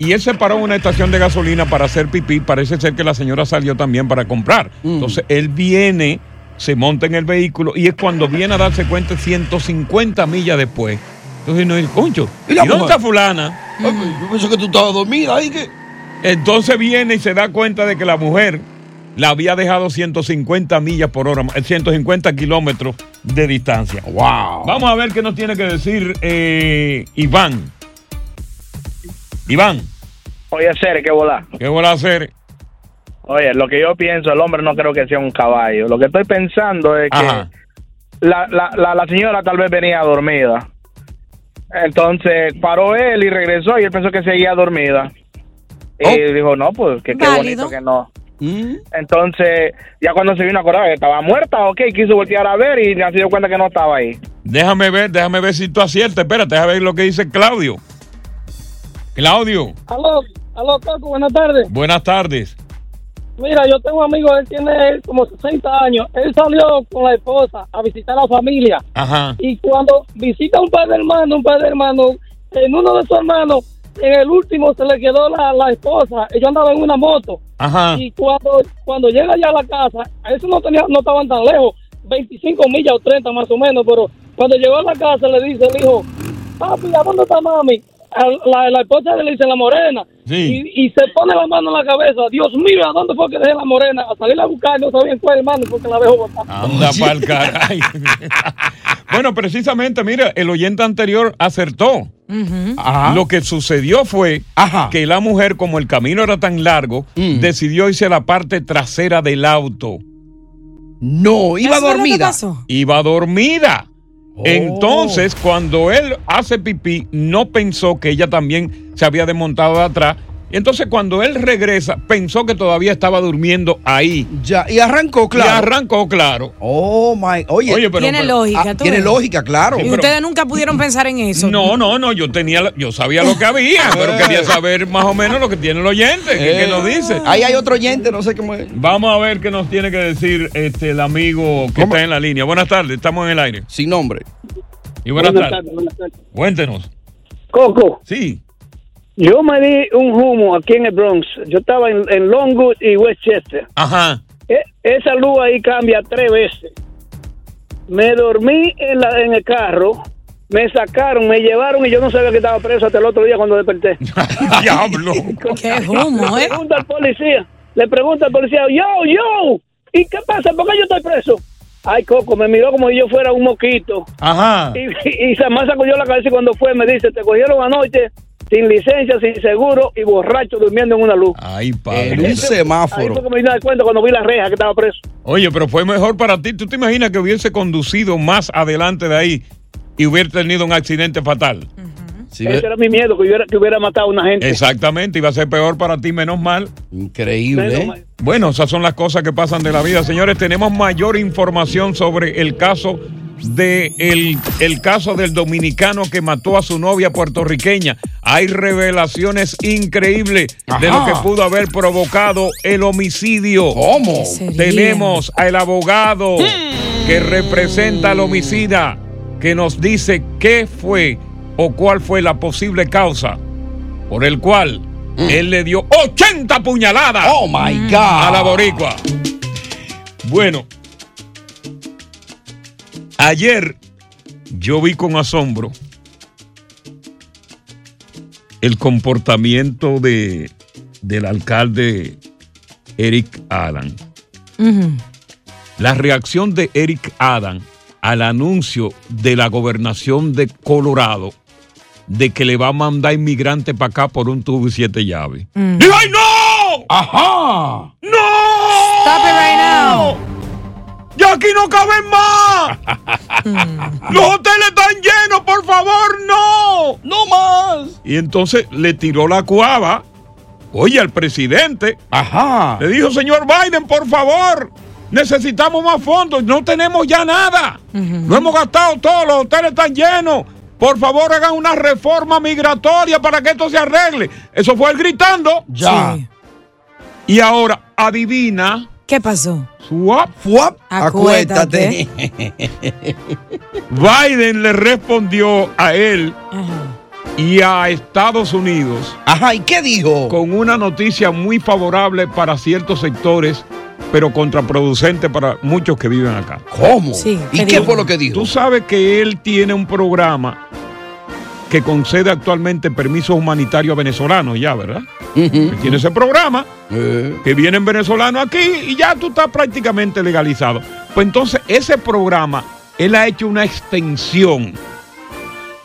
[SPEAKER 1] Y él se paró en una estación de gasolina para hacer pipí. Parece ser que la señora salió también para comprar.
[SPEAKER 2] Mm.
[SPEAKER 1] Entonces, él viene, se monta en el vehículo y es cuando viene a darse cuenta 150 millas después. Entonces, no dice, concho, ¿y,
[SPEAKER 2] la
[SPEAKER 1] dónde
[SPEAKER 2] mujer?
[SPEAKER 1] está fulana?
[SPEAKER 2] Yo pensé que tú estabas dormida ahí que...
[SPEAKER 1] Entonces viene y se da cuenta de que la mujer la había dejado 150 millas por hora, eh, 150 kilómetros de distancia.
[SPEAKER 2] ¡Wow!
[SPEAKER 1] Vamos a ver qué nos tiene que decir eh, Iván. Iván,
[SPEAKER 13] Oye, ser, qué bola.
[SPEAKER 1] ¿qué voy a hacer?
[SPEAKER 13] Oye, lo que yo pienso, el hombre no creo que sea un caballo. Lo que estoy pensando es
[SPEAKER 1] Ajá.
[SPEAKER 13] que la, la, la, la señora tal vez venía dormida. Entonces paró él y regresó y él pensó que seguía dormida. Y dijo, no, pues que qué
[SPEAKER 14] Válido.
[SPEAKER 13] bonito que no. Entonces, ya cuando se vino a acordar que estaba muerta, ok, quiso voltear a ver y se dio cuenta que no estaba ahí.
[SPEAKER 1] Déjame ver, déjame ver si tú aciertas. Espérate, déjame ver lo que dice Claudio. Claudio,
[SPEAKER 14] Aló, aló, Coco, buenas tardes.
[SPEAKER 1] buenas tardes.
[SPEAKER 14] Mira, yo tengo un amigo, él tiene él como 60 años. Él salió con la esposa a visitar a la familia.
[SPEAKER 1] Ajá.
[SPEAKER 14] Y cuando visita un par de hermanos, un par de hermanos, en uno de sus hermanos, en el último se le quedó la, la esposa. Ellos andaban en una moto.
[SPEAKER 1] Ajá.
[SPEAKER 14] Y cuando, cuando llega ya a la casa, eso no, tenía, no estaban tan lejos, 25 millas o 30 más o menos, pero cuando llegó a la casa le dice el hijo, papi, ¿a dónde está mami? A La, la esposa le dice la morena. Y, y se pone la mano en la cabeza, Dios mío, ¿a dónde fue que dejé la morena? A salir a buscar, no sabía cuál hermano, porque la dejó botar.
[SPEAKER 1] Anda pa'l caray. bueno, precisamente, mira, el oyente anterior acertó. Lo que sucedió fue que la mujer, como el
[SPEAKER 2] Mm.
[SPEAKER 1] camino era tan largo, decidió irse a la parte trasera del auto.
[SPEAKER 2] No, iba
[SPEAKER 1] ¿Eso fue lo que
[SPEAKER 2] dormida. Oh.
[SPEAKER 1] pasó? Iba dormida. Entonces, cuando él hace pipí, no pensó que ella también se había desmontado de atrás. Y entonces, cuando él regresa, pensó que todavía estaba durmiendo ahí.
[SPEAKER 2] Ya, y arrancó, claro.
[SPEAKER 1] Y arrancó, claro.
[SPEAKER 2] Oh, my. Oye, Ah,
[SPEAKER 3] Tiene lógica, tú
[SPEAKER 2] Tiene
[SPEAKER 3] ves.
[SPEAKER 2] lógica, claro.
[SPEAKER 3] Y ustedes nunca pudieron pensar en eso.
[SPEAKER 1] No, no, no, yo tenía, la- yo sabía lo que había, pero quería saber más o menos lo que tiene el oyente, que, que
[SPEAKER 2] Eh.
[SPEAKER 1] nos dice.
[SPEAKER 2] Ahí hay otro oyente, no sé cómo es.
[SPEAKER 1] Vamos a ver qué nos tiene que decir este el amigo que está en la línea. Buenas tardes, estamos en el aire.
[SPEAKER 2] Sin nombre.
[SPEAKER 1] Y buenas,
[SPEAKER 6] Buenas
[SPEAKER 1] tardes.
[SPEAKER 6] tardes, buenas tardes.
[SPEAKER 1] Cuéntenos.
[SPEAKER 6] Coco.
[SPEAKER 1] Sí.
[SPEAKER 6] Yo me di un humo aquí en el Bronx. Yo estaba en, en Longwood y Westchester.
[SPEAKER 1] Ajá.
[SPEAKER 6] E- esa luz ahí cambia tres veces. Me dormí en, la, en el carro. Me sacaron, me llevaron y yo no sabía que estaba preso hasta el otro día cuando desperté.
[SPEAKER 1] ¡Diablo!
[SPEAKER 3] ¡Qué humo,
[SPEAKER 6] eh! Le pregunta al policía, le pregunta al policía, yo, yo, ¿y qué pasa? ¿Por qué yo estoy preso? Ay, Coco, me miró como si yo fuera un moquito.
[SPEAKER 1] Ajá.
[SPEAKER 6] Y, y, se me sacudió la cabeza y cuando fue me dice, te cogieron anoche sin licencia, sin seguro y borracho durmiendo en una luz.
[SPEAKER 1] Ay, padre.
[SPEAKER 2] En un
[SPEAKER 6] Ahí fue que me vine a dar cuenta cuando vi la reja que estaba preso.
[SPEAKER 1] Oye, pero fue mejor para ti. ¿Tú te imaginas que hubiese conducido más adelante de ahí y hubiera tenido un accidente fatal?
[SPEAKER 6] Ese era mi miedo, que hubiera, que hubiera matado a una gente.
[SPEAKER 1] Exactamente, iba a ser peor para ti, menos mal.
[SPEAKER 2] Increíble.
[SPEAKER 6] Menos mal.
[SPEAKER 1] Bueno, esas son las cosas que pasan de la vida, señores. Tenemos mayor información sobre el caso de el, el caso del dominicano que mató a su novia puertorriqueña. Hay revelaciones increíbles de lo
[SPEAKER 15] Ajá.
[SPEAKER 1] que pudo haber provocado el homicidio.
[SPEAKER 15] ¿Cómo? ¿Qué sería?
[SPEAKER 1] Tenemos al abogado que representa al homicida que nos dice qué fue o cuál fue la posible causa por el cual él le dio 80 puñaladas
[SPEAKER 2] Mm. oh my God. a
[SPEAKER 1] la boricua. Bueno, ayer yo vi con asombro el comportamiento de, del alcalde Eric Adam. La reacción de Eric Adam al anuncio de la gobernación de Colorado de que le va a mandar inmigrantes para acá por un tubo y siete llaves.
[SPEAKER 3] Mm.
[SPEAKER 1] ¡Digo, ¡ay, no! ¡Ajá!
[SPEAKER 3] Stop it right now.
[SPEAKER 1] ¡Ya aquí no caben más! ¡Los hoteles están llenos, por favor, no!
[SPEAKER 2] ¡No más!
[SPEAKER 1] Y entonces le tiró la cuava, oye, al presidente.
[SPEAKER 2] Ajá.
[SPEAKER 1] Le dijo, señor Biden, por favor, necesitamos más fondos, no tenemos ya nada. No hemos gastado todo, los hoteles están llenos. Por favor, hagan una reforma migratoria para que esto se arregle. Eso fue él gritando.
[SPEAKER 2] Ya. Sí.
[SPEAKER 1] Y ahora, adivina.
[SPEAKER 3] ¿Qué pasó?
[SPEAKER 1] Suap.
[SPEAKER 2] Fuap.
[SPEAKER 3] Acuéstate.
[SPEAKER 1] Biden le respondió a él y a Estados Unidos.
[SPEAKER 2] Ajá, ¿y qué dijo?
[SPEAKER 1] Con una noticia muy favorable para ciertos sectores, pero contraproducente para muchos que viven acá.
[SPEAKER 2] ¿Cómo? Sí, ¿Y ¿qué qué dijo? fue lo que dijo?
[SPEAKER 1] Tú sabes que él tiene un programa que concede actualmente permisos humanitarios a venezolanos, ya, ¿verdad? Él Tiene ese programa
[SPEAKER 2] Eh.
[SPEAKER 1] que vienen venezolanos aquí y ya tú estás prácticamente legalizado. Pues entonces ese programa, él ha hecho una extensión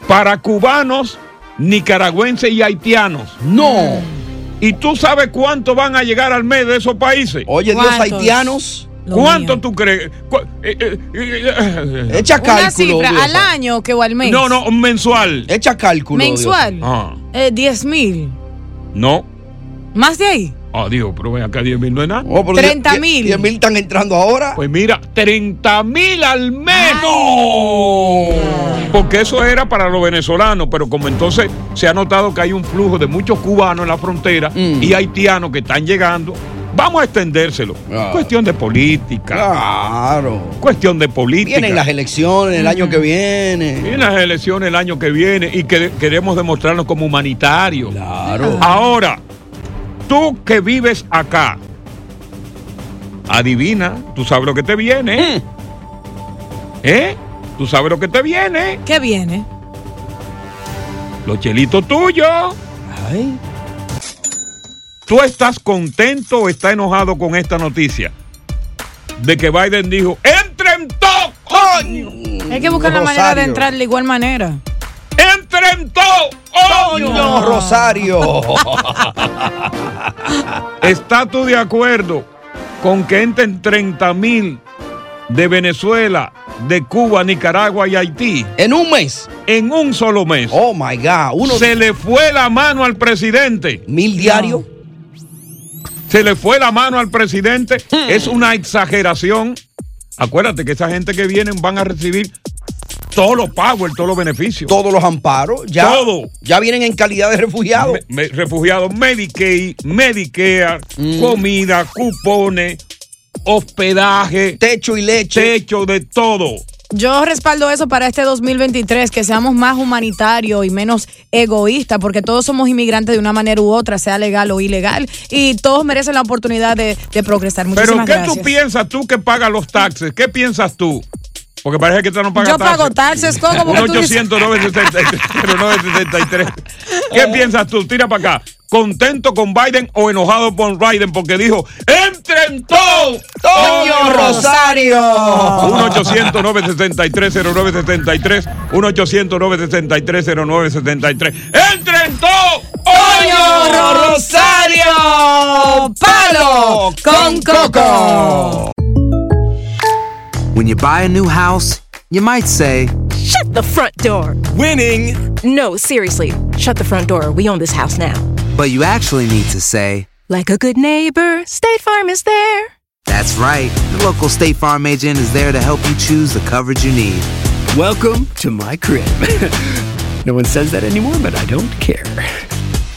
[SPEAKER 1] para cubanos, nicaragüenses y haitianos.
[SPEAKER 2] No.
[SPEAKER 1] ¿Y tú sabes cuánto van a llegar al mes de esos países?
[SPEAKER 2] Oye, Dios, ¿Cuántos? haitianos. Lo
[SPEAKER 1] ¿Cuánto tú crees? ¿Cu- eh, eh, eh, eh?
[SPEAKER 2] Echa
[SPEAKER 3] Una cifra al año que o al mes.
[SPEAKER 1] No, no, mensual.
[SPEAKER 2] Echa cálculo.
[SPEAKER 3] Mensual.
[SPEAKER 1] Ah,
[SPEAKER 3] Eh, 10 mil.
[SPEAKER 1] no.
[SPEAKER 3] ¿Más de ahí?
[SPEAKER 1] Ah, Dios, pero ven acá, 10 mil no es nada.
[SPEAKER 2] Oh, pero
[SPEAKER 3] 30 die- mil. 10
[SPEAKER 2] mil están entrando ahora.
[SPEAKER 1] Pues mira, 30 mil al mes. ¡No! Porque eso era para los venezolanos, pero como entonces se ha notado que hay un flujo de muchos cubanos en la frontera
[SPEAKER 2] Mm.
[SPEAKER 1] y haitianos que están llegando, vamos a extendérselo.
[SPEAKER 2] Ah.
[SPEAKER 1] Cuestión de política.
[SPEAKER 2] Claro.
[SPEAKER 1] Cuestión de política.
[SPEAKER 2] Vienen las elecciones el año que viene.
[SPEAKER 1] Vienen las elecciones el año que viene y que queremos demostrarnos como humanitarios.
[SPEAKER 2] Claro.
[SPEAKER 1] Ahora, tú que vives acá, adivina, tú sabes lo que te viene. ¿Eh? Tú sabes lo que te viene.
[SPEAKER 3] ¿Qué viene?
[SPEAKER 1] Los chelitos tuyos. ¿Tú estás contento o estás enojado con esta noticia? De que Biden dijo, "Eh, ¡entren todos! coño!
[SPEAKER 3] Hay que buscar la manera de
[SPEAKER 1] Rosario.
[SPEAKER 3] entrar de igual manera.
[SPEAKER 1] ¡Entren todos!
[SPEAKER 2] Coño, Rosario.
[SPEAKER 1] ¿Estás tú de acuerdo con que entren 30 mil de Venezuela, de Cuba, Nicaragua y Haití.
[SPEAKER 2] En un mes.
[SPEAKER 1] En un solo mes.
[SPEAKER 2] Oh my God. Uno...
[SPEAKER 1] Se le fue la mano al presidente.
[SPEAKER 2] Mil diarios.
[SPEAKER 1] Se le fue la mano al presidente. Es una exageración. Acuérdate que esa gente que vienen van a recibir todos los power, todos los beneficios.
[SPEAKER 2] Todos los amparos. Ya,
[SPEAKER 1] Todo.
[SPEAKER 2] Ya vienen en calidad de refugiados.
[SPEAKER 1] Me- refugiados, Medicaid, Medicare,
[SPEAKER 2] Mm.
[SPEAKER 1] comida, cupones, hospedaje.
[SPEAKER 2] Techo y leche.
[SPEAKER 1] Techo de todo.
[SPEAKER 3] Yo respaldo eso para este 2023, que seamos más humanitarios y menos egoístas, porque todos somos inmigrantes de una manera u otra, sea legal o ilegal, y todos merecen la oportunidad de, de progresar.
[SPEAKER 1] Pero
[SPEAKER 3] Muchísimas
[SPEAKER 1] ¿qué
[SPEAKER 3] gracias.
[SPEAKER 1] tú piensas tú que pagas los taxes? ¿Qué piensas tú? Porque parece que tú no pagas
[SPEAKER 3] Yo pago taxes, Coco, porque tú dices-
[SPEAKER 1] 800 973
[SPEAKER 3] Oh.
[SPEAKER 1] ¿Qué piensas tú? Tira para acá. ¿Contento con Biden o enojado con Biden? Porque dijo, "Em, ¡entren todos!
[SPEAKER 2] Toño Rosario.
[SPEAKER 1] 1-800-963-0973. 1-800-963-0973. ¡Entren todos!
[SPEAKER 10] Toño
[SPEAKER 2] Rosario.
[SPEAKER 10] Palo
[SPEAKER 2] ¡Oh, con Coco.
[SPEAKER 16] When you buy a new house, you might say,
[SPEAKER 10] Shut the front door. Winning. No, seriously. Shut the front door. We own this house now.
[SPEAKER 16] but you actually need to say,
[SPEAKER 10] Like a good neighbor, State Farm is there.
[SPEAKER 16] that's right. The local State Farm agent is there to help you choose the coverage you need. Welcome to my crib. no one says that anymore, but I don't care.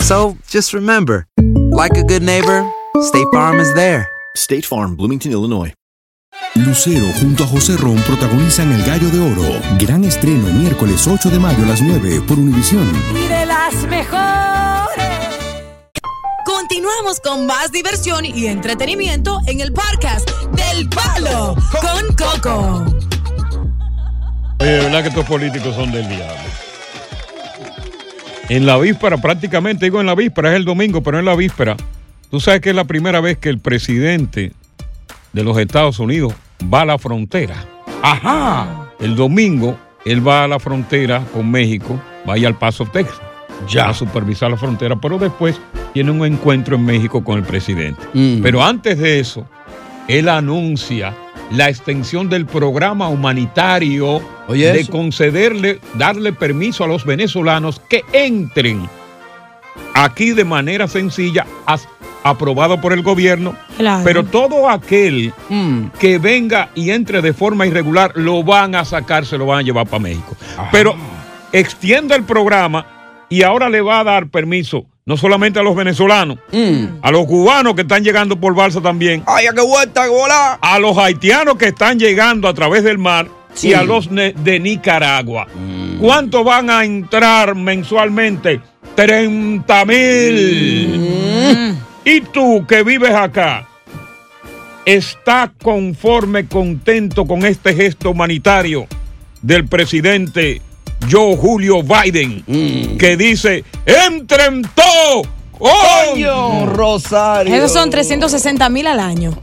[SPEAKER 16] So just remember, like a good neighbor, State Farm is there.
[SPEAKER 17] State Farm, Bloomington, Illinois.
[SPEAKER 9] Lucero junto a José Ron protagonizan El Gallo de Oro. Gran estreno miércoles 8 de mayo a las 9 por Univisión.
[SPEAKER 10] Y de las mejores.
[SPEAKER 3] Continuamos con más diversión y entretenimiento en el podcast del Palo con Coco.
[SPEAKER 1] Oye, de verdad que estos políticos son del diablo. En la víspera, prácticamente, digo en la víspera, es el domingo, pero en la víspera, tú sabes que es la primera vez que el presidente de los Estados Unidos va a la frontera. Ajá. El domingo, él va a la frontera con México, va a ir al Paso Texas. Ya. A supervisar la frontera, pero después tiene un encuentro en México con el presidente.
[SPEAKER 2] Mm.
[SPEAKER 1] Pero antes de eso, él anuncia la extensión del programa humanitario
[SPEAKER 2] Oye,
[SPEAKER 1] de
[SPEAKER 2] eso.
[SPEAKER 1] concederle, darle permiso a los venezolanos que entren aquí de manera sencilla, as- aprobado por el gobierno.
[SPEAKER 3] Claro.
[SPEAKER 1] Pero todo aquel que venga y entre de forma irregular, lo van a sacar, se lo van a llevar para México. Pero extiende el programa y ahora le va a dar permiso. No solamente a los venezolanos, a los cubanos que están llegando por balsa también.
[SPEAKER 2] Mm. Ay, a qué vuelta, qué volá.
[SPEAKER 1] A los haitianos que están llegando a través del mar
[SPEAKER 2] Sí. Mm.
[SPEAKER 1] y a los ne- de Nicaragua. ¿Cuántos van a entrar mensualmente? 30 mil.
[SPEAKER 2] Mm.
[SPEAKER 1] ¿Y tú que vives acá? ¿Está conforme, contento con este gesto humanitario del presidente Joe Julio Biden?
[SPEAKER 2] Mm.
[SPEAKER 1] Que dice, entren todos.
[SPEAKER 2] Coño, Rosario.
[SPEAKER 3] Esos son 360 mil al año.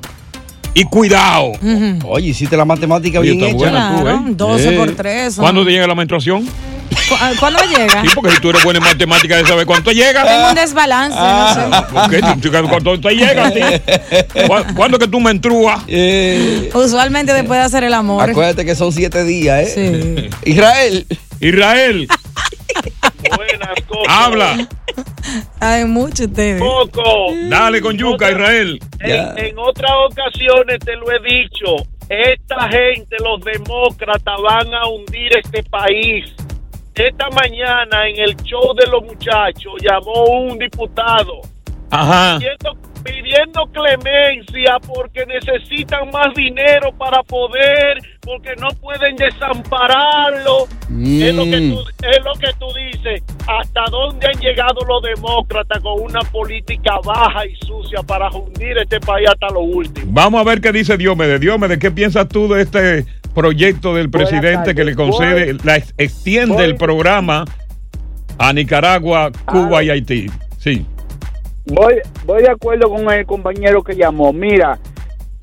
[SPEAKER 1] Y cuidado.
[SPEAKER 3] Mm.
[SPEAKER 2] Oye, hiciste la matemática
[SPEAKER 1] Oye,
[SPEAKER 2] bien
[SPEAKER 1] está
[SPEAKER 2] hecha.
[SPEAKER 1] buena tú, ¿eh?
[SPEAKER 3] 12 por 3.
[SPEAKER 1] ¿Cuándo te llega la menstruación?
[SPEAKER 3] ¿Cu- a- ¿Cuándo llega?
[SPEAKER 1] Sí, porque si tú eres buena en matemáticas, de saber cuánto
[SPEAKER 3] Tengo un
[SPEAKER 1] llega. Ah.
[SPEAKER 3] desbalance, no sé.
[SPEAKER 1] ¿Por qué? ¿Tú sabes ¿Cuánto te llega? sí? ¿Cu- ¿Cuándo que tú menstrúas?
[SPEAKER 3] Usualmente después de hacer el amor.
[SPEAKER 2] Acuérdate que Eh, son siete días, ¿eh? Israel.
[SPEAKER 1] Israel. Habla.
[SPEAKER 3] Hay mucho ustedes.
[SPEAKER 18] Coco.
[SPEAKER 1] Dale con yuca, Israel.
[SPEAKER 18] En, en otras ocasiones te lo he dicho, esta gente, los demócratas, van a hundir este país. Esta mañana en el show de los muchachos llamó un diputado
[SPEAKER 1] Ajá.
[SPEAKER 18] pidiendo, pidiendo clemencia porque necesitan más dinero para poder, porque no pueden desampararlo. Es, lo que tú, es lo que tú dices, hasta dónde han llegado los demócratas con una política baja y sucia para hundir este país hasta lo último.
[SPEAKER 1] Vamos a ver qué dice Diomedes. Diomedes, ¿qué piensas tú de este proyecto del presidente que le concede, la ex- extiende el programa a Nicaragua, Cuba y
[SPEAKER 18] Ah.
[SPEAKER 1] Haití? Sí.
[SPEAKER 19] Voy, voy de acuerdo con el compañero que llamó. Mira,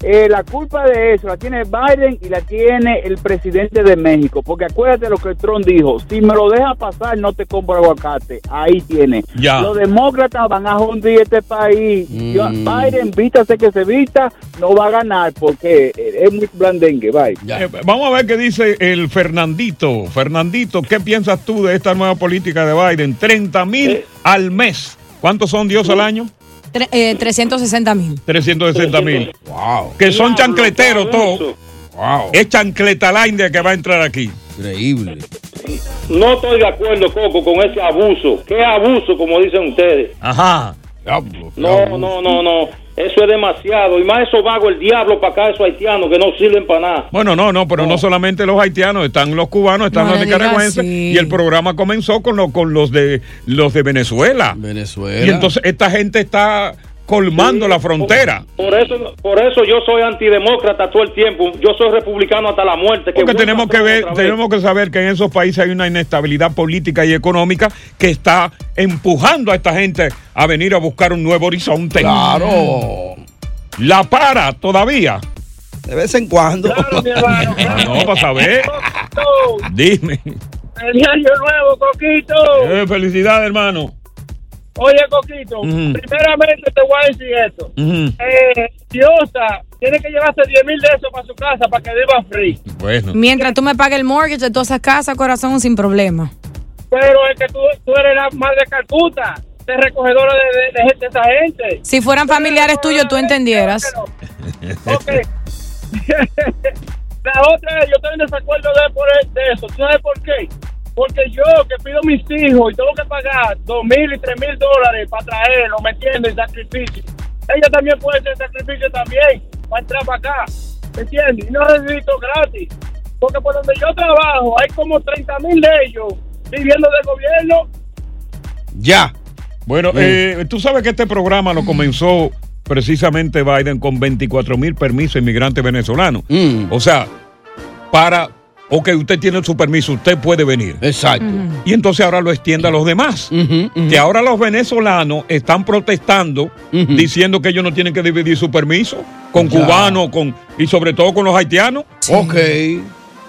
[SPEAKER 20] Eh, la culpa de eso la tiene Biden y la tiene el presidente de México. Porque acuérdate lo que Trump dijo: si me lo deja pasar, no te compro aguacate. Ahí tiene.
[SPEAKER 1] Ya.
[SPEAKER 20] Los demócratas van a hundir este país. Yo-
[SPEAKER 2] Mm.
[SPEAKER 20] Biden, vístase que se vista, no va a ganar porque es muy blandengue. Bye.
[SPEAKER 1] Eh, vamos a ver qué dice el Fernandito. Fernandito, ¿qué piensas tú de esta nueva política de Biden? 30 mil
[SPEAKER 18] Eh.
[SPEAKER 1] al mes. ¿Cuántos son Dios al año?
[SPEAKER 3] Tre- eh, 360 mil.
[SPEAKER 1] 360 mil. Wow. Que son chancleteros todos. Wow. Es chancleta la India que va a entrar aquí. Increíble.
[SPEAKER 19] No estoy de acuerdo, Coco, con ese abuso. ¿Qué abuso, como dicen ustedes?
[SPEAKER 1] Ajá.
[SPEAKER 19] No, no, no, no. Eso es demasiado. Y más eso vago el diablo para acá, esos haitianos que no sirven para nada.
[SPEAKER 1] Bueno, no, no, pero no. solamente los haitianos, están los cubanos, están
[SPEAKER 19] No
[SPEAKER 1] los
[SPEAKER 19] le digas
[SPEAKER 1] nicaragüenses
[SPEAKER 19] así.
[SPEAKER 1] y el programa comenzó con, lo- con los de los de Venezuela. Venezuela. Y entonces esta gente está colmando la frontera.
[SPEAKER 19] Por eso, por eso yo soy antidemócrata todo el tiempo. Yo soy republicano hasta la muerte.
[SPEAKER 1] Porque
[SPEAKER 19] vuelva
[SPEAKER 1] tenemos
[SPEAKER 19] a
[SPEAKER 1] que
[SPEAKER 19] ser
[SPEAKER 1] ver,
[SPEAKER 19] otra vez.
[SPEAKER 1] tenemos que saber que en esos países hay una inestabilidad política y económica que está empujando a esta gente a venir a buscar un nuevo horizonte.
[SPEAKER 2] Claro.
[SPEAKER 1] La para todavía. Ah,
[SPEAKER 2] De vez en cuando.
[SPEAKER 1] No, para saber. Dime.
[SPEAKER 19] ¡Feliz año nuevo, Coquito!
[SPEAKER 1] Eh, felicidad, hermano.
[SPEAKER 19] Oye, Coquito,
[SPEAKER 1] Ujú.
[SPEAKER 19] primeramente te voy a decir esto.
[SPEAKER 1] Ujú.
[SPEAKER 19] Eh, Diosa tiene que llevarse 10 mil de eso para su casa para que viva free.
[SPEAKER 1] Bueno.
[SPEAKER 3] Mientras tú me pagues el mortgage de todas esas casas, corazón, sin problema.
[SPEAKER 19] Pero es que tú, tú eres la madre de Calcuta, de recogedora de, de- de gente, de esa gente.
[SPEAKER 3] Si fueran familiares tuyos, tú entendieras.
[SPEAKER 19] La otra, yo estoy en desacuerdo de, por e- de eso. ¿Tú sabes por qué? Porque yo que pido a mis hijos y tengo que pagar dos mil y tres mil dólares para traerlos, ¿me entiendes? Sacrificio. Ella también puede hacer sacrificio también para entrar para acá, ¿me entiendes? Y no necesito gratis. Porque por donde yo trabajo hay como 30 mil de ellos viviendo del gobierno
[SPEAKER 1] Ya. Bueno, eh, tú sabes que este programa lo comenzó precisamente Biden con 24 mil permisos de inmigrantes venezolanos.
[SPEAKER 2] Mm.
[SPEAKER 1] O sea, para, ok, usted tiene su permiso, usted puede venir. Exacto. Y entonces ahora lo extiende a los demás. Que ahora los venezolanos están protestando diciendo que ellos no tienen que dividir su permiso con
[SPEAKER 2] Ya.
[SPEAKER 1] cubanos con, y sobre todo con los haitianos.
[SPEAKER 2] Ok.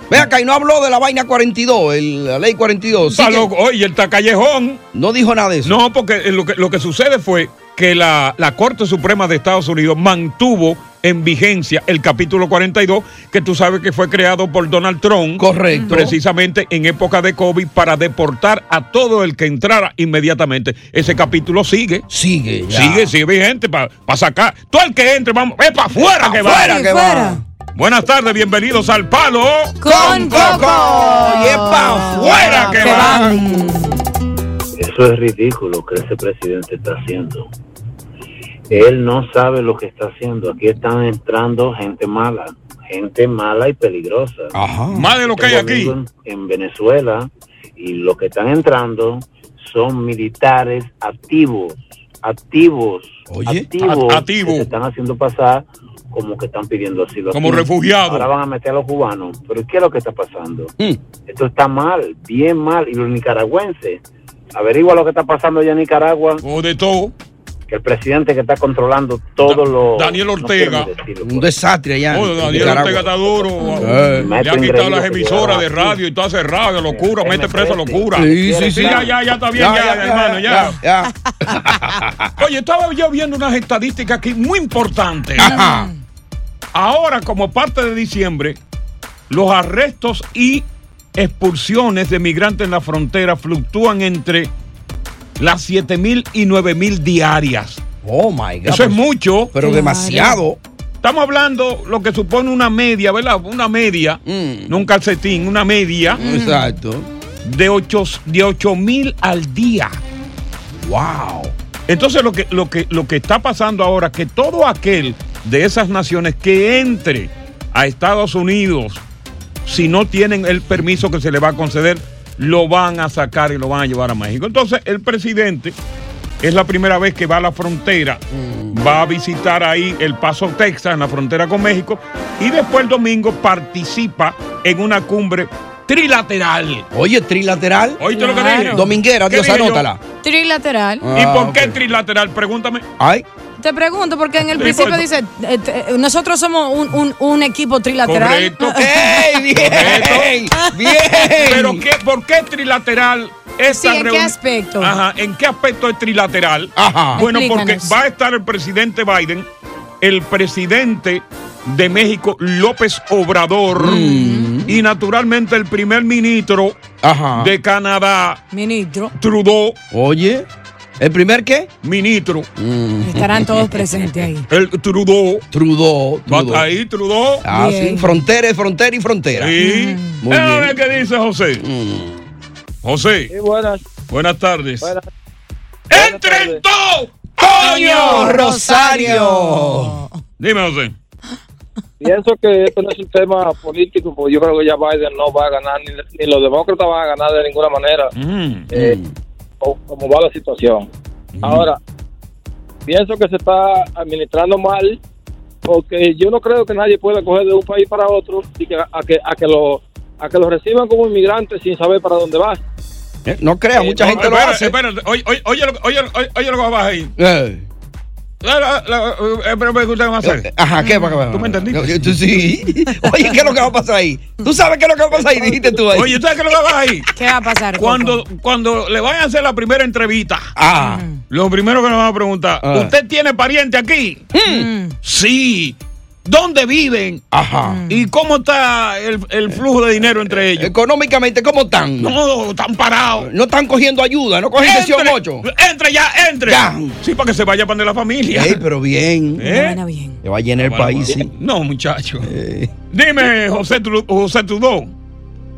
[SPEAKER 2] Ve acá y no habló de la vaina 42, el- la ley 42.
[SPEAKER 1] Está loco. Oye, el callejón.
[SPEAKER 2] No dijo nada de eso.
[SPEAKER 1] No, porque eh, lo que, lo que sucede fue que la, la Corte Suprema de Estados Unidos mantuvo en vigencia el capítulo 42, que tú sabes que fue creado por Donald Trump.
[SPEAKER 2] Correcto.
[SPEAKER 1] Precisamente en época de COVID para deportar a todo el que entrara inmediatamente. Ese capítulo sigue.
[SPEAKER 2] Sigue.
[SPEAKER 1] ya. Sigue, sigue vigente para sacar. Todo el que entre, vamos, es para afuera que va.
[SPEAKER 2] Fuera que va.
[SPEAKER 1] Buenas tardes, bienvenidos al Palo
[SPEAKER 2] Con Coco. Y es pa'
[SPEAKER 1] fuera que va.
[SPEAKER 21] Eso es ridículo lo que ese presidente está haciendo. Él no sabe lo que está haciendo. Aquí están entrando gente mala, gente mala y peligrosa.
[SPEAKER 1] Más de lo que hay
[SPEAKER 21] Tengo
[SPEAKER 1] aquí.
[SPEAKER 21] amigos En, en Venezuela y lo que están entrando son militares activos, activos, activos,
[SPEAKER 1] a-
[SPEAKER 21] que se están haciendo pasar como que están pidiendo asilo.
[SPEAKER 1] Como
[SPEAKER 21] aquí.
[SPEAKER 1] refugiados. Hmm.
[SPEAKER 21] Ahora van a meter a los cubanos. Pero ¿qué es lo que está pasando? Esto está mal, bien mal. Y los nicaragüenses, averigua lo que está pasando allá en Nicaragua.
[SPEAKER 1] O de todo.
[SPEAKER 21] Que el presidente que está controlando todo lo...
[SPEAKER 1] Daniel Ortega.
[SPEAKER 2] Un desastre allá.
[SPEAKER 1] Oh,
[SPEAKER 2] en
[SPEAKER 1] Daniel
[SPEAKER 2] Nicaragua.
[SPEAKER 1] Ortega está duro.
[SPEAKER 2] Eh.
[SPEAKER 1] Le han quitado las
[SPEAKER 2] Maestro
[SPEAKER 1] emisoras de radio y está cerrado, locura, mete preso a locura.
[SPEAKER 2] Sí, sí, sí.
[SPEAKER 1] Ya, ya, ya está bien, ya, hermano, ya.
[SPEAKER 2] ya.
[SPEAKER 1] Oye, estaba yo viendo unas estadísticas aquí muy importantes. Ahora, como parte de diciembre, los arrestos y expulsiones de migrantes en la frontera fluctúan entre las 7 mil y 9 mil diarias.
[SPEAKER 2] Oh my God.
[SPEAKER 1] Eso es mucho.
[SPEAKER 2] Pero Claro. demasiado.
[SPEAKER 1] Estamos hablando lo que supone una media, ¿verdad? Una media, no un calcetín, una media.
[SPEAKER 2] Mm. Exacto.
[SPEAKER 1] De 8 de ocho mil al día. ¡Wow! Entonces lo que, lo, que, lo que está pasando ahora es que todo aquel de esas naciones que entre a Estados Unidos, si no tienen el permiso que se le va a conceder, lo van a sacar y lo van a llevar a México. Entonces el presidente es la primera vez que va a la frontera,
[SPEAKER 2] Mm.
[SPEAKER 1] va a visitar ahí el Paso Texas, en la frontera con México, y después el domingo participa en una cumbre trilateral.
[SPEAKER 2] Oye, trilateral.
[SPEAKER 1] Oíste lo que
[SPEAKER 2] Claro.
[SPEAKER 1] dije.
[SPEAKER 2] Dominguera,
[SPEAKER 1] ¿Qué
[SPEAKER 2] Dios,
[SPEAKER 1] dije yo?
[SPEAKER 2] anótala.
[SPEAKER 1] Ah.
[SPEAKER 3] Trilateral.
[SPEAKER 1] ¿Y por qué trilateral? Pregúntame.
[SPEAKER 2] Ay.
[SPEAKER 3] Te pregunto, porque en el
[SPEAKER 1] Sí, pues,
[SPEAKER 3] principio
[SPEAKER 1] porque-
[SPEAKER 3] dice, eh, te- eh, nosotros somos un, un- un equipo trilateral.
[SPEAKER 1] Correcto. ¡Bien!
[SPEAKER 2] ¡Bien!
[SPEAKER 1] ¿Pero qué, por qué trilateral?
[SPEAKER 3] Sí,
[SPEAKER 1] Esta
[SPEAKER 3] ¿en qué
[SPEAKER 1] reuni-
[SPEAKER 3] aspecto?
[SPEAKER 1] Ajá, ¿en qué aspecto es trilateral?
[SPEAKER 2] Ajá.
[SPEAKER 1] Bueno, porque
[SPEAKER 3] Explícanos.
[SPEAKER 1] va a estar el presidente Biden, el presidente de México, López Obrador, y naturalmente el primer ministro
[SPEAKER 2] Mm. Ajá.
[SPEAKER 1] de Canadá,
[SPEAKER 3] Ministro,
[SPEAKER 1] Trudeau.
[SPEAKER 2] Oye, ¿el primer qué?
[SPEAKER 1] Ministro.
[SPEAKER 2] Mm.
[SPEAKER 3] estarán todos presentes ahí.
[SPEAKER 1] El Trudeau.
[SPEAKER 2] Trudeau.
[SPEAKER 1] Va ahí, Trudeau.
[SPEAKER 2] Ah,
[SPEAKER 1] Bien.
[SPEAKER 2] sí. Frontera es frontera y frontera.
[SPEAKER 1] Sí. Eh,
[SPEAKER 2] Muy
[SPEAKER 1] A
[SPEAKER 2] bien.
[SPEAKER 1] ver qué dice José.
[SPEAKER 2] Mm.
[SPEAKER 1] José.
[SPEAKER 19] buenas.
[SPEAKER 1] Buenas tardes.
[SPEAKER 19] ¡Entren
[SPEAKER 1] todos!
[SPEAKER 19] ¡Coño,
[SPEAKER 3] Oh.
[SPEAKER 19] Rosario!
[SPEAKER 1] Dime, José.
[SPEAKER 19] Pienso que esto no es un tema político, porque yo creo que ya Biden no va a ganar, ni, ni los demócratas van a ganar de ninguna manera, eh, o- como va la situación. Ahora, pienso que se está administrando mal, porque yo no creo que nadie pueda coger de un país para otro y que, a, que, a, que lo, a que lo reciban como inmigrantes sin saber para dónde va.
[SPEAKER 2] Eh, No creas, mucha gente lo
[SPEAKER 1] Espérate,
[SPEAKER 2] hace.
[SPEAKER 1] Espérate, eh, oye, oye, oye, lo- oye, oye, oye lo que vas ahí.
[SPEAKER 2] Eh, ah,
[SPEAKER 1] La, la, la, eh, pero me gusta más hacer.
[SPEAKER 2] Ajá, ¿qué? ¿Tú me entendiste? sí. Oye, ¿qué es lo que va a pasar ahí? ¿Tú sabes qué es lo que va a pasar ahí? Dijiste tú ahí.
[SPEAKER 1] Oye, ¿sabes qué es lo que vas ahí?
[SPEAKER 3] ¿Qué va a pasar?
[SPEAKER 1] Cuando, cuando le vayan a hacer la primera entrevista,
[SPEAKER 2] ah.
[SPEAKER 1] lo primero que nos van a preguntar,
[SPEAKER 2] Ah. Hmm.
[SPEAKER 1] ¿usted tiene pariente aquí?
[SPEAKER 3] Mm.
[SPEAKER 1] Sí. ¿Dónde viven?
[SPEAKER 2] Ajá.
[SPEAKER 1] ¿Y cómo está el, el flujo de dinero entre ellos?
[SPEAKER 2] Económicamente, ¿cómo están?
[SPEAKER 1] No, están parados.
[SPEAKER 2] No están cogiendo ayuda, no cogen sesión
[SPEAKER 1] Entre,
[SPEAKER 2] 8.
[SPEAKER 1] entre ya, entre. Sí, para que se vaya a poner la familia.
[SPEAKER 2] Ey, pero bien. Le va a llenar el
[SPEAKER 1] Bueno,
[SPEAKER 2] país,
[SPEAKER 1] bueno.
[SPEAKER 2] sí. Eh,
[SPEAKER 1] No, muchacho. Dime, José, Tru- José Trudeau.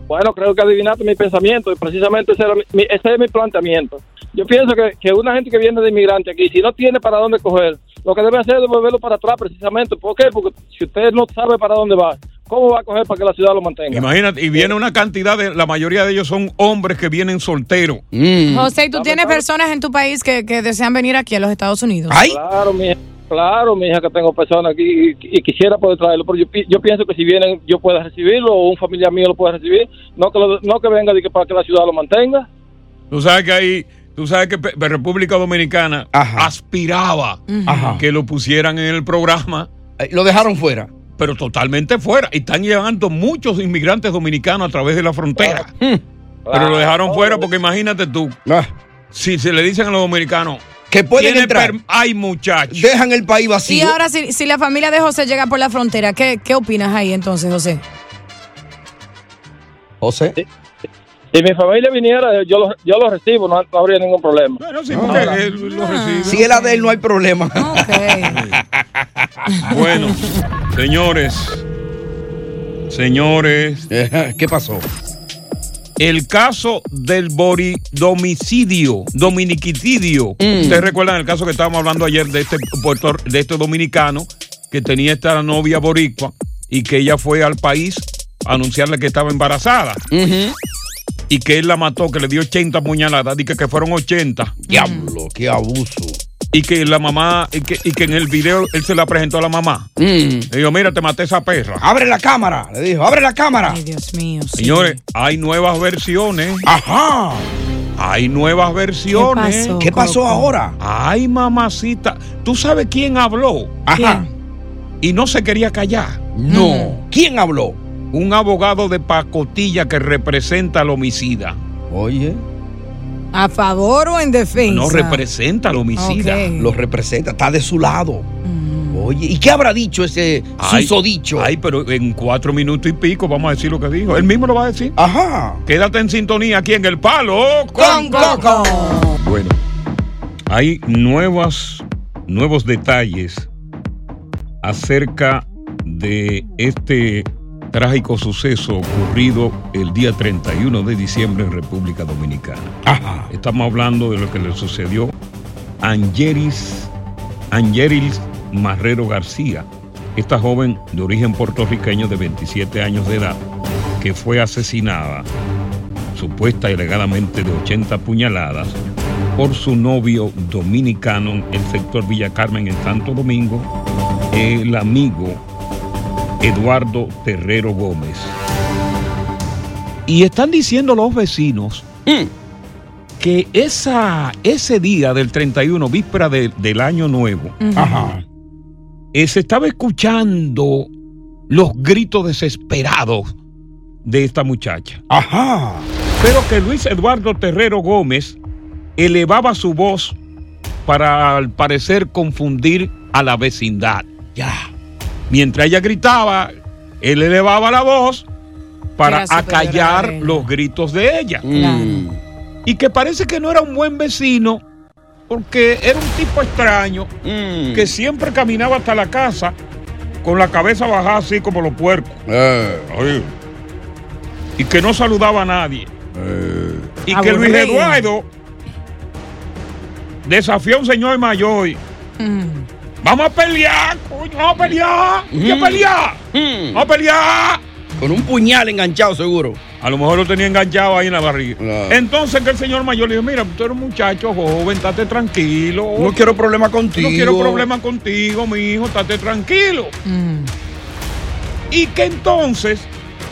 [SPEAKER 19] Bueno, creo que adivinaste mi pensamiento y precisamente ese, era mi- mi- ese es mi planteamiento. Yo pienso que, que una gente que viene de inmigrante aquí, si no tiene para dónde coger, lo que debe hacer es devolverlo para atrás precisamente. ¿Por qué? Porque si usted no sabe para dónde va, ¿cómo va a coger para que la ciudad lo mantenga?
[SPEAKER 1] Imagínate, y viene una cantidad de, la mayoría de ellos son hombres que vienen solteros.
[SPEAKER 2] Mm.
[SPEAKER 3] José, ¿y ¿tú tienes personas en tu país que, que desean venir aquí a los Estados Unidos?
[SPEAKER 19] Claro, mi Claro, mi hija, que tengo personas aquí y, y quisiera poder traerlo, pero yo, pi- yo pienso que si vienen yo pueda recibirlo o un familiar mío lo pueda recibir, no que, lo- no que venga de que para que la ciudad lo mantenga.
[SPEAKER 1] Tú sabes que ahí, tú sabes que Pe- República Dominicana aspiraba
[SPEAKER 19] Ujú.
[SPEAKER 2] Ajá. Eh,
[SPEAKER 1] que lo pusieran en el programa.
[SPEAKER 2] Lo dejaron fuera.
[SPEAKER 1] Pero totalmente fuera. Y están llegando muchos inmigrantes dominicanos a través de la frontera.
[SPEAKER 2] Ah.
[SPEAKER 1] Pero
[SPEAKER 3] Ah,
[SPEAKER 1] lo
[SPEAKER 3] oh,
[SPEAKER 1] dejaron fuera porque imagínate tú. Si se le dicen a los dominicanos
[SPEAKER 2] que
[SPEAKER 3] pueden entrar.
[SPEAKER 1] Hay muchachos.
[SPEAKER 2] Dejan el país
[SPEAKER 3] Y ahora, si, si la familia de José llega por la frontera, ¿qué, qué opinas ahí entonces, José?
[SPEAKER 2] José.
[SPEAKER 19] Si mi familia viniera, yo lo, yo lo recibo, no, no habría ningún problema.
[SPEAKER 2] Ah. Si es la de él, no hay problema.
[SPEAKER 1] Bueno, señores, señores.
[SPEAKER 2] ¿Qué pasó?
[SPEAKER 1] El caso del boridomicidio, dominicidio.
[SPEAKER 2] Mm.
[SPEAKER 1] Ustedes recuerdan el caso que estábamos hablando ayer de este, puerto- de este dominicano que tenía esta novia boricua y que ella fue al país a anunciarle que estaba embarazada y que él la mató, que le dio 80 puñaladas, y que, que fueron
[SPEAKER 2] Mm.
[SPEAKER 1] 80.
[SPEAKER 2] Diablo, qué abuso.
[SPEAKER 1] Y que la mamá, y que, y que en el video él se la presentó a la mamá.
[SPEAKER 2] Mm.
[SPEAKER 1] Le dijo, mira, te maté esa perra.
[SPEAKER 2] Abre la cámara, le dijo, abre la cámara. Ay,
[SPEAKER 3] Dios mío.
[SPEAKER 1] Señores, hay nuevas versiones.
[SPEAKER 2] Ajá.
[SPEAKER 1] Hay nuevas versiones.
[SPEAKER 2] pasó, ¿Qué pasó Coco? ahora?
[SPEAKER 1] Ay, mamacita. ¿Tú sabes quién habló?
[SPEAKER 2] Ajá.
[SPEAKER 1] Y no se quería callar.
[SPEAKER 2] No. ¿Quién habló?
[SPEAKER 1] Un abogado de pacotilla que representa al homicida.
[SPEAKER 2] Oye.
[SPEAKER 3] ¿A favor o en defensa?
[SPEAKER 1] No representa al homicida.
[SPEAKER 3] Ok. Mm.
[SPEAKER 2] Lo representa, está de su lado. Oye, ¿y qué habrá dicho ese
[SPEAKER 1] Ay,
[SPEAKER 2] susodicho?
[SPEAKER 1] Ay, pero en cuatro minutos y pico vamos a decir lo que dijo.
[SPEAKER 2] Pues
[SPEAKER 1] Él mismo lo va a decir.
[SPEAKER 2] Ajá.
[SPEAKER 1] Quédate en sintonía aquí en El Palo.
[SPEAKER 2] Con Coco.
[SPEAKER 1] Bueno, hay nuevas, nuevos detalles acerca de este trágico suceso ocurrido el día 31 de diciembre en República Dominicana. Estamos hablando de lo que le sucedió a Angeris, Angeris Marrero García, esta joven de origen puertorriqueño de 27 años de edad, que fue asesinada supuesta y alegadamente de 80 puñaladas por su novio dominicano en el sector Villa Carmen en Santo Domingo, el amigo Eduardo Terrero Gómez. Y están diciendo los vecinos que esa, ese día del 31, víspera de- del año nuevo,
[SPEAKER 22] Ujú. Ajá.
[SPEAKER 1] eh, se estaba escuchando los gritos desesperados de esta muchacha. Ajá. Pero que Luis Eduardo Terrero Gómez elevaba su voz para al parecer confundir a la vecindad. Ya. Mientras ella gritaba, él elevaba la voz para
[SPEAKER 15] Era superior a la
[SPEAKER 1] acallar
[SPEAKER 15] de ella.
[SPEAKER 1] los gritos de ella. Mm. Y que parece que no era un buen vecino porque era un tipo extraño que siempre caminaba hasta la casa con la cabeza bajada así como los puercos. Eh, Oye. Y que no saludaba a nadie. Y que Luis
[SPEAKER 15] Aburrido.
[SPEAKER 1] Eduardo desafió a un señor mayor. y,
[SPEAKER 3] Mm.
[SPEAKER 1] Vamos a pelear, coño, vamos a pelear. hay que
[SPEAKER 22] Mm.
[SPEAKER 1] pelear. Vamos a pelear.
[SPEAKER 22] Con un puñal enganchado, seguro.
[SPEAKER 1] A lo mejor lo tenía enganchado ahí en la barriga. Eh, Entonces que el señor mayor le dijo, mira, tú eres un muchacho joven, estate tranquilo.
[SPEAKER 22] No quiero problema contigo.
[SPEAKER 1] No quiero problema contigo, mi hijo, estate tranquilo.
[SPEAKER 22] Mm.
[SPEAKER 1] Y que entonces,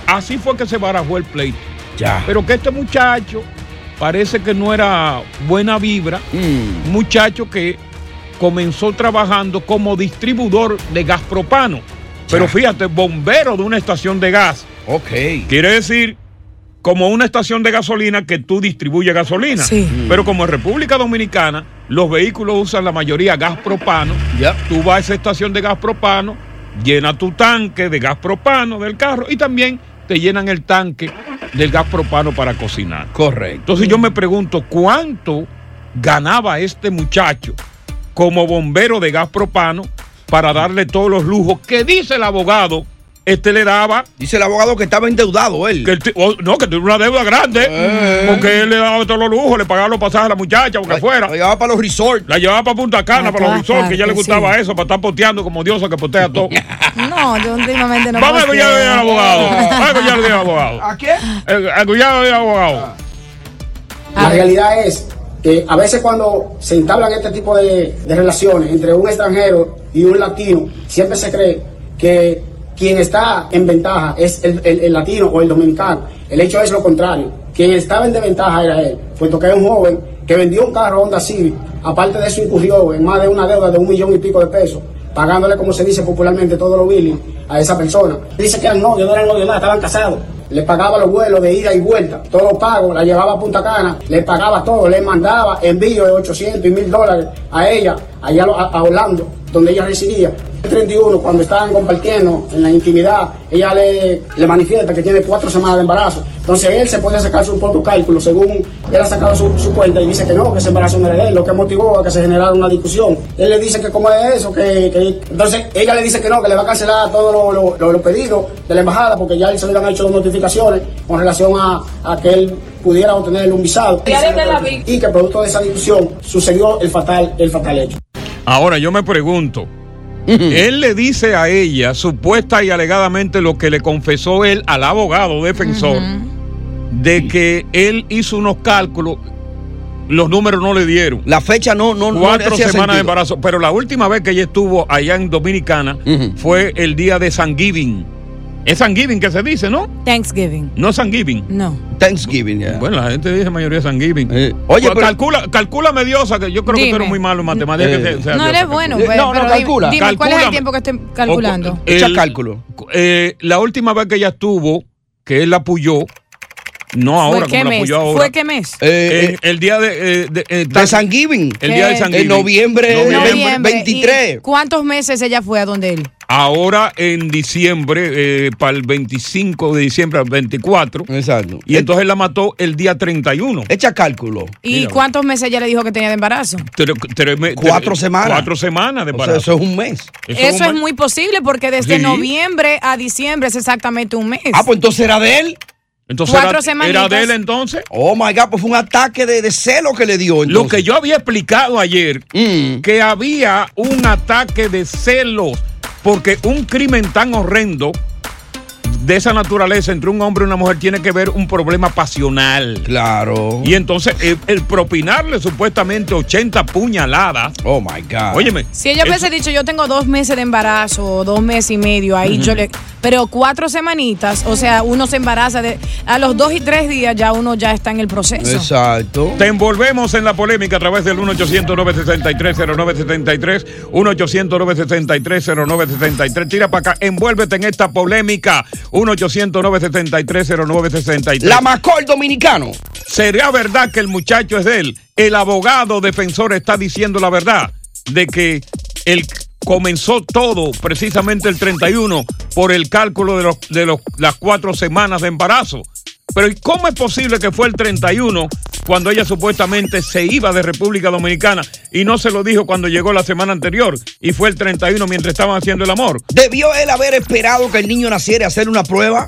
[SPEAKER 1] así fue que se barajó el pleito.
[SPEAKER 22] Ya.
[SPEAKER 1] Pero que este muchacho parece que no era buena vibra.
[SPEAKER 22] Mm.
[SPEAKER 1] Un Muchacho que comenzó trabajando como distribuidor de gas propano. Pero fíjate, bombero de una estación de gas.
[SPEAKER 22] Ok.
[SPEAKER 1] Quiere decir como una estación de gasolina que tú distribuyes gasolina.
[SPEAKER 15] Sí.
[SPEAKER 1] Pero como en República Dominicana los vehículos usan la mayoría gas propano, tú vas a esa estación de gas propano, llena tu tanque de gas propano del carro y también te llenan el tanque del gas propano para cocinar.
[SPEAKER 22] Correcto.
[SPEAKER 1] Entonces yo me pregunto cuánto ganaba este muchacho como bombero de gas propano para darle todos los lujos que dice el abogado. Este le daba.
[SPEAKER 22] Dice el abogado que estaba endeudado él. Eh.
[SPEAKER 1] no, que tiene una deuda grande. Porque él le daba todos los lujos, le pagaba los pasajes a la muchacha, porque fuera. La
[SPEAKER 22] llevaba para los resorts.
[SPEAKER 1] La llevaba para Punta Cana, para los
[SPEAKER 3] todas
[SPEAKER 1] resorts, que ya le
[SPEAKER 3] partes,
[SPEAKER 1] gustaba
[SPEAKER 3] sí.
[SPEAKER 1] eso, para estar poteando como diosa que potea todo.
[SPEAKER 3] No, yo últimamente no
[SPEAKER 1] Vamos a
[SPEAKER 3] puedo
[SPEAKER 1] escuchar
[SPEAKER 3] creer.
[SPEAKER 1] al abogado. Vamos a escuchar al abogado.
[SPEAKER 22] ¿A qué?
[SPEAKER 1] A escuchar al abogado.
[SPEAKER 23] La realidad es que a veces cuando se entablan este tipo de, de relaciones entre un extranjero y un latino, siempre se cree que quien está en ventaja es el, el- el latino o el dominicano. El hecho es lo contrario. Quien estaba en desventaja era él, puesto que es un joven que vendió un carro Honda Civic, aparte de eso incurrió en más de una deuda de un millón y pico de pesos, pagándole, como se dice popularmente, todos los billes a esa persona. Dice que eran novios, no eran novios, nada, estaban casados le pagaba los vuelos de ida y vuelta, todos los pagos, la llevaba a Punta Cana, le pagaba todo, le mandaba envío de 800 y 1000 dólares a ella, allá lo- a, a Orlando, donde ella residía. El 31, cuando estaban compartiendo en la intimidad, ella le, le manifiesta que tiene cuatro semanas de embarazo. Entonces él se puede sacar su propio cálculo, según él ha sacado su, su cuenta y dice que no, que ese embarazo no era de él, lo que motivó a que se generara una discusión. Él le dice que cómo es eso, que, que- entonces ella le dice que no, que le va a cancelar todos los los- los- los pedidos de la embajada porque ya se le han hecho notificaciones con relación a, a que él pudiera obtener un visado.
[SPEAKER 7] Ya desde la vi-
[SPEAKER 23] Y que producto de esa discusión sucedió el fatal, el fatal hecho.
[SPEAKER 1] Ahora yo me pregunto. Él le dice a ella, supuesta y alegadamente, lo que le confesó él al abogado defensor, de que él hizo unos cálculos, los números no le dieron.
[SPEAKER 22] La fecha no, no, no
[SPEAKER 1] Cuatro
[SPEAKER 22] hacía sentido.
[SPEAKER 1] semanas de embarazo. Pero la última vez que ella estuvo allá en Dominicana fue el día de San Giving. Es San Giving que se dice, ¿no?
[SPEAKER 3] Thanksgiving.
[SPEAKER 1] No San Giving.
[SPEAKER 3] No.
[SPEAKER 22] Thanksgiving, Eh,
[SPEAKER 1] Bueno, la gente dice mayoría San Giving.
[SPEAKER 22] oye,
[SPEAKER 1] Pues
[SPEAKER 22] pero-
[SPEAKER 1] calcula, calcúlame, Diosa, que yo creo que tú
[SPEAKER 3] Dime.
[SPEAKER 1] eres muy malo en matemáticas.
[SPEAKER 22] Eh.
[SPEAKER 1] que te- sea
[SPEAKER 3] No
[SPEAKER 1] Diosa.
[SPEAKER 3] eres bueno, pues,
[SPEAKER 22] no, no,
[SPEAKER 3] pero
[SPEAKER 22] calcula.
[SPEAKER 3] dime, dime, ¿cuál es el
[SPEAKER 1] Calcúlame.
[SPEAKER 3] tiempo que estoy calculando?
[SPEAKER 22] Echa
[SPEAKER 1] El-
[SPEAKER 22] cálculo.
[SPEAKER 1] eh, la última vez que ella estuvo, que él la apoyó, no ahora,
[SPEAKER 3] ¿Fue qué
[SPEAKER 1] como la
[SPEAKER 3] mes?
[SPEAKER 1] apoyó pues, ahora.
[SPEAKER 3] ¿Fue qué mes?
[SPEAKER 1] Eh, en- el día de, eh, de, eh,
[SPEAKER 22] De San Giving.
[SPEAKER 1] El día de San
[SPEAKER 22] En
[SPEAKER 1] Giving.
[SPEAKER 22] noviembre,
[SPEAKER 3] Noviembre.
[SPEAKER 22] 23.
[SPEAKER 3] ¿Y ¿Cuántos meses ella fue a donde él?
[SPEAKER 1] Ahora en diciembre, eh, para el 25 de diciembre al 24.
[SPEAKER 22] Exacto.
[SPEAKER 1] Y entonces la mató el día 31.
[SPEAKER 22] Echa cálculo.
[SPEAKER 3] ¿Y cuántos meses ella le dijo que tenía de embarazo?
[SPEAKER 22] Cuatro semanas.
[SPEAKER 1] Cuatro semanas de
[SPEAKER 22] O sea,
[SPEAKER 1] embarazo.
[SPEAKER 22] eso es un mes.
[SPEAKER 3] Eso, es muy posible porque desde
[SPEAKER 1] Pues Sí.
[SPEAKER 3] noviembre a diciembre es exactamente un mes.
[SPEAKER 22] Ah, pues entonces era de él.
[SPEAKER 1] Entonces Cuatro era- era semanitas. de él entonces.
[SPEAKER 22] Oh my God, pues fue un ataque de, de celo que le dio.
[SPEAKER 1] Lo que yo había explicado ayer,
[SPEAKER 22] Mm.
[SPEAKER 1] que había un ataque de celos, porque un crimen tan horrendo de esa naturaleza entre un hombre y una mujer tiene que ver un problema pasional.
[SPEAKER 22] Claro.
[SPEAKER 1] Y entonces el, el propinarle supuestamente 80 puñaladas.
[SPEAKER 22] Oh my God.
[SPEAKER 1] Óyeme.
[SPEAKER 3] Si ella
[SPEAKER 1] eso-
[SPEAKER 3] hubiese dicho, yo tengo dos meses de embarazo, o dos meses y medio, ahí
[SPEAKER 1] Ujú.
[SPEAKER 3] yo le. Pero cuatro semanitas, o sea, uno se embaraza de, a los dos y tres días ya uno ya está en el proceso.
[SPEAKER 22] Exacto.
[SPEAKER 1] Te envolvemos en la polémica a través del 1-800-963-0973. 1-800-963-0973. Tira para acá, envuélvete en esta polémica. 1-800-963-0963.
[SPEAKER 22] La Macol dominicano.
[SPEAKER 1] ¿Será verdad que el muchacho es de él? El abogado defensor está diciendo la verdad de que él comenzó todo precisamente el 31 por el cálculo de, los- de los- las cuatro semanas de embarazo. Pero ¿y cómo es posible que fue el 31 cuando ella supuestamente se iba de República Dominicana y no se lo dijo cuando llegó la semana anterior y fue el 31 mientras estaban haciendo el amor?
[SPEAKER 22] ¿Debió él haber esperado que el niño naciera y hacer una prueba?